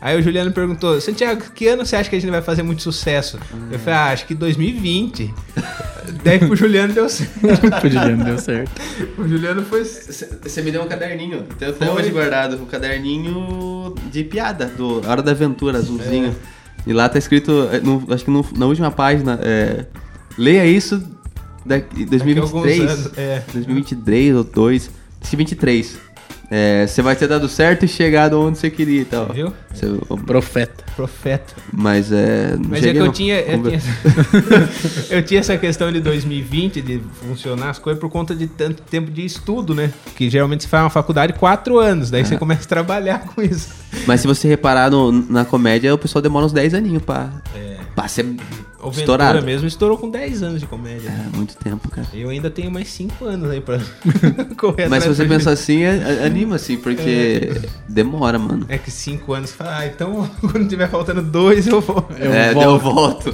Speaker 1: Aí o Juliano perguntou, Santiago, que ano você acha que a gente vai fazer muito sucesso? Eu falei, ah, acho que 2020. [LAUGHS] Daí pro Juliano deu certo.
Speaker 2: Juliano, Tipo, deu certo.
Speaker 1: O Juliano foi.
Speaker 4: Você me deu um caderninho, eu tenho até
Speaker 1: Foi.
Speaker 4: hoje guardado, um caderninho de piada, do Hora da Aventura, azulzinho. E lá tá escrito, é, no- acho que no- na última página, é, leia isso
Speaker 1: Daqui
Speaker 4: daqui,
Speaker 1: a alguns
Speaker 4: 2023.
Speaker 1: anos, é.
Speaker 4: 2023 ou 2, acho que 23. É, Você vai ter dado certo e chegado onde você queria e tal.
Speaker 1: Viu?
Speaker 4: Você-
Speaker 2: Profeta.
Speaker 1: Profeta.
Speaker 4: mas é. Não
Speaker 1: Mas é
Speaker 4: cheguei,
Speaker 1: que eu
Speaker 4: não.
Speaker 1: tinha. Eu
Speaker 4: Vamos
Speaker 1: tinha,
Speaker 4: ver.
Speaker 1: [LAUGHS] eu tinha essa questão de 2020, de funcionar as coisas, por conta de tanto tempo de estudo, né? Que geralmente você faz uma faculdade quatro anos, daí você começa a trabalhar com isso.
Speaker 4: Mas se você reparar no- na comédia, o pessoal demora uns 10 aninhos pra, pra ser
Speaker 1: O Ventura
Speaker 4: estourado.
Speaker 1: É. mesmo estourou com 10 anos de comédia. né?
Speaker 4: É, muito tempo, cara.
Speaker 1: Eu ainda tenho mais 5 anos aí pra [LAUGHS] correr atrás
Speaker 4: Mas se você
Speaker 1: do-
Speaker 4: pensar assim, é- é- anima assim, porque demora, mano.
Speaker 1: É que 5 anos, você fala, ah, então [LAUGHS] quando tiver faltando 2 eu vou.
Speaker 2: Eu
Speaker 4: é,
Speaker 2: volto.
Speaker 4: deu volto.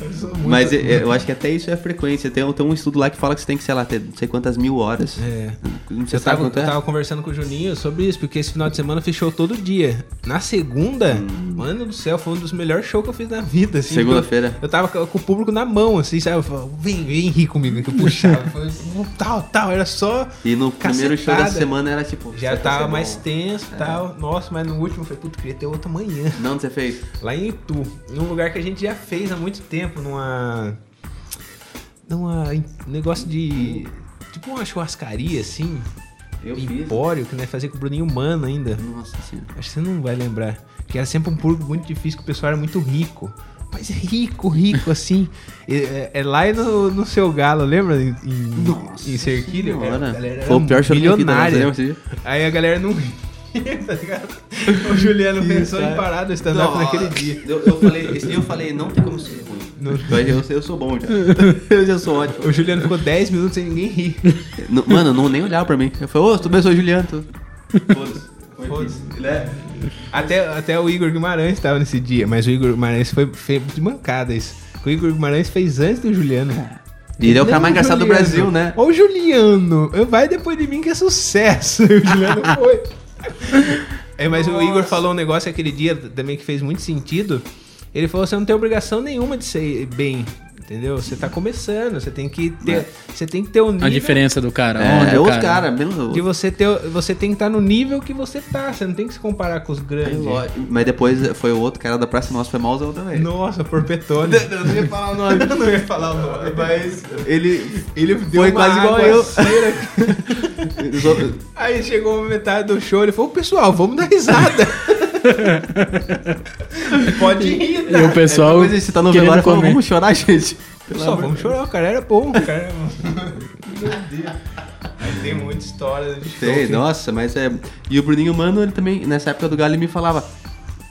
Speaker 1: Eu sou [LAUGHS] muito-
Speaker 4: É. Mas eu, eu acho que até isso é frequência. Tem, um- tem um estudo lá que fala que você tem que, sei lá, ter não sei quantas mil horas.
Speaker 1: É.
Speaker 4: Não sei
Speaker 1: Eu
Speaker 4: se sabe
Speaker 1: tava,
Speaker 4: quanto
Speaker 1: eu
Speaker 4: é.
Speaker 1: tava conversando com o Juninho sobre isso, porque esse final de semana fechou todo dia. Na segunda,
Speaker 4: Hum.
Speaker 1: mano do céu, foi um dos melhores shows que eu fiz na vida. assim,
Speaker 4: Segunda-feira.
Speaker 1: Eu tava com com o público na mão, assim, sabe? Eu falava, vem, vem rir comigo, que eu
Speaker 4: [LAUGHS]
Speaker 1: puxava. Eu falei, tal, tal, era só.
Speaker 4: E no primeiro show da
Speaker 1: cacetada.
Speaker 4: semana era tipo. será
Speaker 1: Já
Speaker 4: que
Speaker 1: tava
Speaker 4: vai ser
Speaker 1: mais
Speaker 4: bom?
Speaker 1: tenso e tal. Nossa, mas no último eu falei, puta, queria ter outra manhã.
Speaker 4: Não, você fez.
Speaker 1: Lá em Itu, num lugar que a gente já fez há muito tempo, numa. numa. em- negócio de. tipo uma churrascaria assim.
Speaker 4: Eu fiz.
Speaker 1: empório, que nós fazia com o Bruninho Mano ainda.
Speaker 4: Nossa senhora.
Speaker 1: Acho que você não vai lembrar. Que era sempre um público muito difícil, que o pessoal era muito rico. Mas rico, rico, assim. É, é- é lá no, no seu galo, lembra? Em, em- em Cerquilho?
Speaker 4: senhora.
Speaker 1: A galera era
Speaker 4: Foi o pior show da minha vida,
Speaker 1: milionária.
Speaker 4: né? Você lembra
Speaker 1: Aí a galera não ria, [LAUGHS] tá ligado? O Juliano pensou
Speaker 4: é.
Speaker 1: em parar do stand-up é naquele dia.
Speaker 4: Eu, eu falei, esse dia eu falei, não tem como ser ruim. Eu, eu
Speaker 1: [LAUGHS]
Speaker 4: sou bom já. eu já sou ótimo.
Speaker 1: O Juliano ficou 10 minutos sem ninguém
Speaker 4: [LAUGHS]
Speaker 1: rir.
Speaker 4: Não- mano, não nem olhava pra mim. Eu falei, ô, tu bem, sou
Speaker 1: [LAUGHS]
Speaker 4: Juliano. tu- Foda-se. Foi
Speaker 1: Foda-se.
Speaker 4: difícil. Ele é-
Speaker 1: Até, até o Igor Guimarães estava nesse dia, mas o Igor Guimarães foi feio de mancada isso. O Igor Guimarães fez antes do Juliano.
Speaker 4: E ele é o cara mais
Speaker 1: Lembra
Speaker 4: engraçado do
Speaker 1: Juliano?
Speaker 4: Brasil, né?
Speaker 1: Ó o Juliano. Vai depois de mim que é sucesso. [LAUGHS] O Juliano foi. É, mas o Igor falou um negócio aquele dia também que fez muito sentido. Ele falou: você não tem obrigação nenhuma de ser bem. Entendeu? Você tá começando, você tem que ter. Você tem que ter um nível.
Speaker 2: A diferença do cara. onde
Speaker 4: É,
Speaker 2: o
Speaker 4: os
Speaker 2: cara.
Speaker 4: caras, menos.
Speaker 1: De você ter. Você tem que estar no nível que você tá. Você não tem que se comparar com os grandes.
Speaker 4: Mas depois foi o outro cara da Praça Nossa, foi mauzão também.
Speaker 1: Nossa, por Petone. [LAUGHS] Eu não ia falar o nome. Eu não ia falar o nome, mas.
Speaker 4: Ele
Speaker 1: Ele [LAUGHS] deu uma
Speaker 4: Foi quase igual
Speaker 1: água assim.
Speaker 4: eu.
Speaker 1: cera aqui. [LAUGHS] Aí chegou metade do show, ele falou, pessoal, vamos dar [LAUGHS] risada. Pode rir, né?
Speaker 4: [LAUGHS]
Speaker 2: E o pessoal.
Speaker 4: Depois você tá no
Speaker 2: querendo
Speaker 4: velório e fala,
Speaker 2: comer.
Speaker 4: vamos chorar, gente.
Speaker 1: Pessoal, vamos chorar, o cara era bom, o cara era bom. Meu Deus. Mas tem muita história de show.
Speaker 4: Tem,
Speaker 1: que-
Speaker 4: nossa, mas é. E o Bruninho Mano, ele também, nessa época do Galo, ele me falava.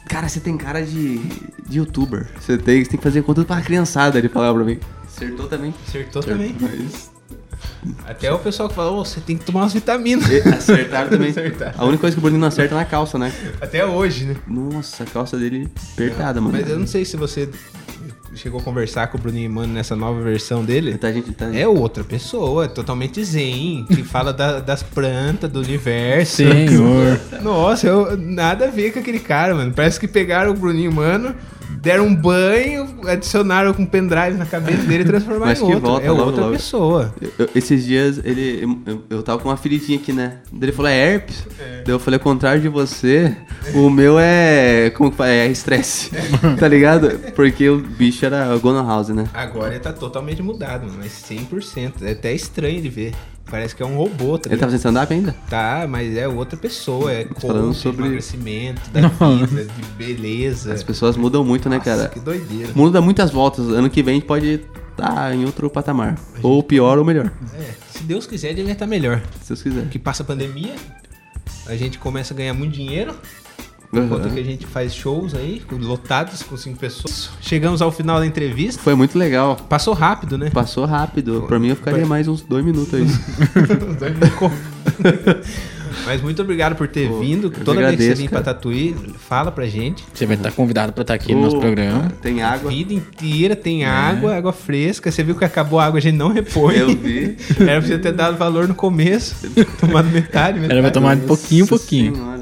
Speaker 4: Cara, você tem cara de, de youtuber. Você tem, você tem que fazer conteúdo pra criançada, ele falava pra mim. Acertou também.
Speaker 1: Acertou também.
Speaker 4: Mas...
Speaker 1: Até o pessoal que fala, ô, você tem que tomar umas vitaminas.
Speaker 4: E- Acertaram
Speaker 1: [LAUGHS]
Speaker 4: também.
Speaker 1: Acertaram.
Speaker 4: A única coisa que o Bruninho não acerta é na calça, né?
Speaker 1: Até hoje, né?
Speaker 4: Nossa, a calça dele apertada, mano.
Speaker 1: Mas eu não sei se você chegou a conversar com o Bruninho Mano nessa nova versão dele.
Speaker 4: Tá, gente, tá...
Speaker 1: É outra pessoa, é totalmente zen, que fala da- das plantas, do universo.
Speaker 2: Senhor.
Speaker 1: Nossa, eu- nada a ver com aquele cara, mano. Parece que pegaram o Bruninho, mano, deram um banho, adicionaram com um pendrive na cabeça dele e transformaram
Speaker 4: Mas
Speaker 1: em
Speaker 4: que
Speaker 1: outro.
Speaker 4: volta
Speaker 1: é
Speaker 4: logo,
Speaker 1: outra
Speaker 4: logo.
Speaker 1: pessoa.
Speaker 4: Eu- eu- esses dias ele, eu, eu tava com uma feridinha aqui, né? Daí Ele falou, é herpes? Daí eu falei, ao contrário de você, o meu é. Como que fala? É
Speaker 1: [LAUGHS]
Speaker 4: estresse. tá ligado? Porque o bicho era Gono House, né?
Speaker 1: Agora ele tá totalmente mudado, mano, mas 100%. É até estranho de ver. Parece que é um robô, tá
Speaker 4: Ele
Speaker 1: ligado?
Speaker 4: tava fazendo stand-up ainda?
Speaker 1: Tá, mas é outra pessoa, é
Speaker 4: falando
Speaker 1: coach,
Speaker 4: sobre-
Speaker 1: emagrecimento,
Speaker 4: [LAUGHS]
Speaker 1: da vida, de beleza.
Speaker 4: As pessoas mudam muito, né,
Speaker 1: É. Nossa,
Speaker 4: cara?
Speaker 1: que doideira.
Speaker 4: O mundo dá muitas voltas. Ano que vem a gente pode estar em outro patamar. Ou pior ou melhor,
Speaker 1: É, se Deus quiser, ele vai estar melhor.
Speaker 4: se vocês quiserem.
Speaker 1: que passa a pandemia, a gente começa a ganhar muito dinheiro, enquanto que a gente faz shows aí, com- lotados com cinco pessoas. Chegamos ao final da entrevista.
Speaker 4: Foi muito legal.
Speaker 1: Passou rápido, né?
Speaker 4: Passou rápido. Pra mim eu ficaria mais uns dois minutos aí.
Speaker 1: [LAUGHS] Mas muito obrigado por ter
Speaker 4: Pô,
Speaker 1: vindo.
Speaker 4: eu que
Speaker 1: Toda vez que
Speaker 4: agradeço,
Speaker 1: você vir pra
Speaker 4: cara.
Speaker 1: Tatuí, fala pra gente.
Speaker 2: Você vai estar convidado pra estar aqui no nosso
Speaker 4: Ô,
Speaker 2: programa.
Speaker 4: Tem água.
Speaker 1: A vida inteira
Speaker 4: É.
Speaker 1: tem água, água fresca. Você viu que acabou a água, a gente não repõe.
Speaker 4: [LAUGHS] Eu vi.
Speaker 1: Era pra você ter dado valor no começo, [LAUGHS] tomado metade, metade.
Speaker 2: Era pra tomar de um pouquinho em
Speaker 4: Nossa
Speaker 2: pouquinho.
Speaker 4: Senhora.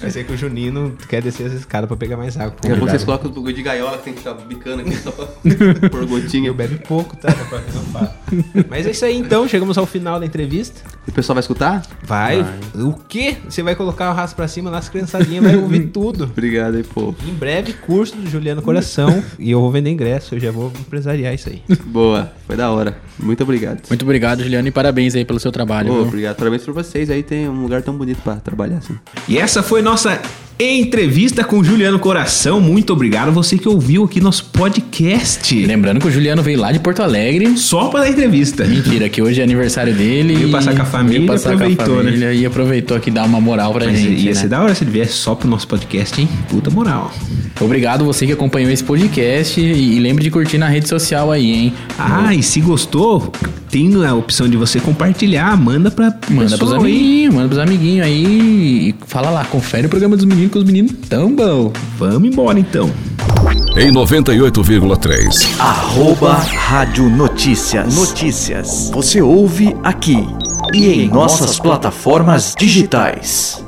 Speaker 1: Vai ser que o Junino quer descer as escadas pra pegar mais água.
Speaker 4: Daqui a pouco
Speaker 1: Convidado.
Speaker 4: É vocês colocam o bagulho de gaiola que tem que ficar bicando aqui
Speaker 2: [LAUGHS]
Speaker 4: só pra- por gotinha.
Speaker 1: Eu bebo pouco, tá? Dá pra resolver. Mas é isso aí então, chegamos ao final da entrevista.
Speaker 4: O pessoal vai escutar?
Speaker 1: Vai. O quê? Você vai colocar o rastro pra cima nas criançadinhas, vai [LAUGHS] ouvir tudo.
Speaker 4: Obrigado aí, pô.
Speaker 1: Em breve, curso do Juliano Coração. e eu vou vender ingresso, eu já vou empresariar isso aí.
Speaker 4: Boa, foi da hora. Muito obrigado.
Speaker 2: Muito obrigado, Juliano, e parabéns aí pelo seu trabalho.
Speaker 4: Pô,
Speaker 2: viu?
Speaker 4: obrigado. Parabéns pra vocês aí, tem um lugar tão bonito pra trabalhar assim.
Speaker 1: E essa foi nossa entrevista com o Juliano Coração. Muito obrigado a você que ouviu aqui nosso podcast.
Speaker 2: Lembrando que o Juliano veio lá de Porto Alegre.
Speaker 1: Só para a entrevista.
Speaker 2: Mentira, que hoje é aniversário dele.
Speaker 1: Veio
Speaker 2: e-
Speaker 1: passar com a família
Speaker 2: veio
Speaker 1: e aproveitou, né?
Speaker 2: família E aproveitou aqui dar uma moral pra
Speaker 1: Mas
Speaker 2: gente.
Speaker 1: ia ser
Speaker 2: né?
Speaker 1: da hora se ele viesse só pro nosso podcast, hein? Puta moral.
Speaker 2: Obrigado você que acompanhou esse podcast. E e lembre de curtir na rede social aí, hein?
Speaker 1: Ah, e se gostou, tem a opção de você compartilhar, manda pra
Speaker 2: Manda pros
Speaker 1: pessoal aí.
Speaker 2: amiguinhos, manda pros amiguinhos aí. E fala lá, confere o programa dos meninos, que os meninos tão bom.
Speaker 1: Vamos embora então.
Speaker 5: Em 98,3.
Speaker 3: Arroba Rádio Notícias. Notícias. Você ouve aqui e em nossas plataformas digitais.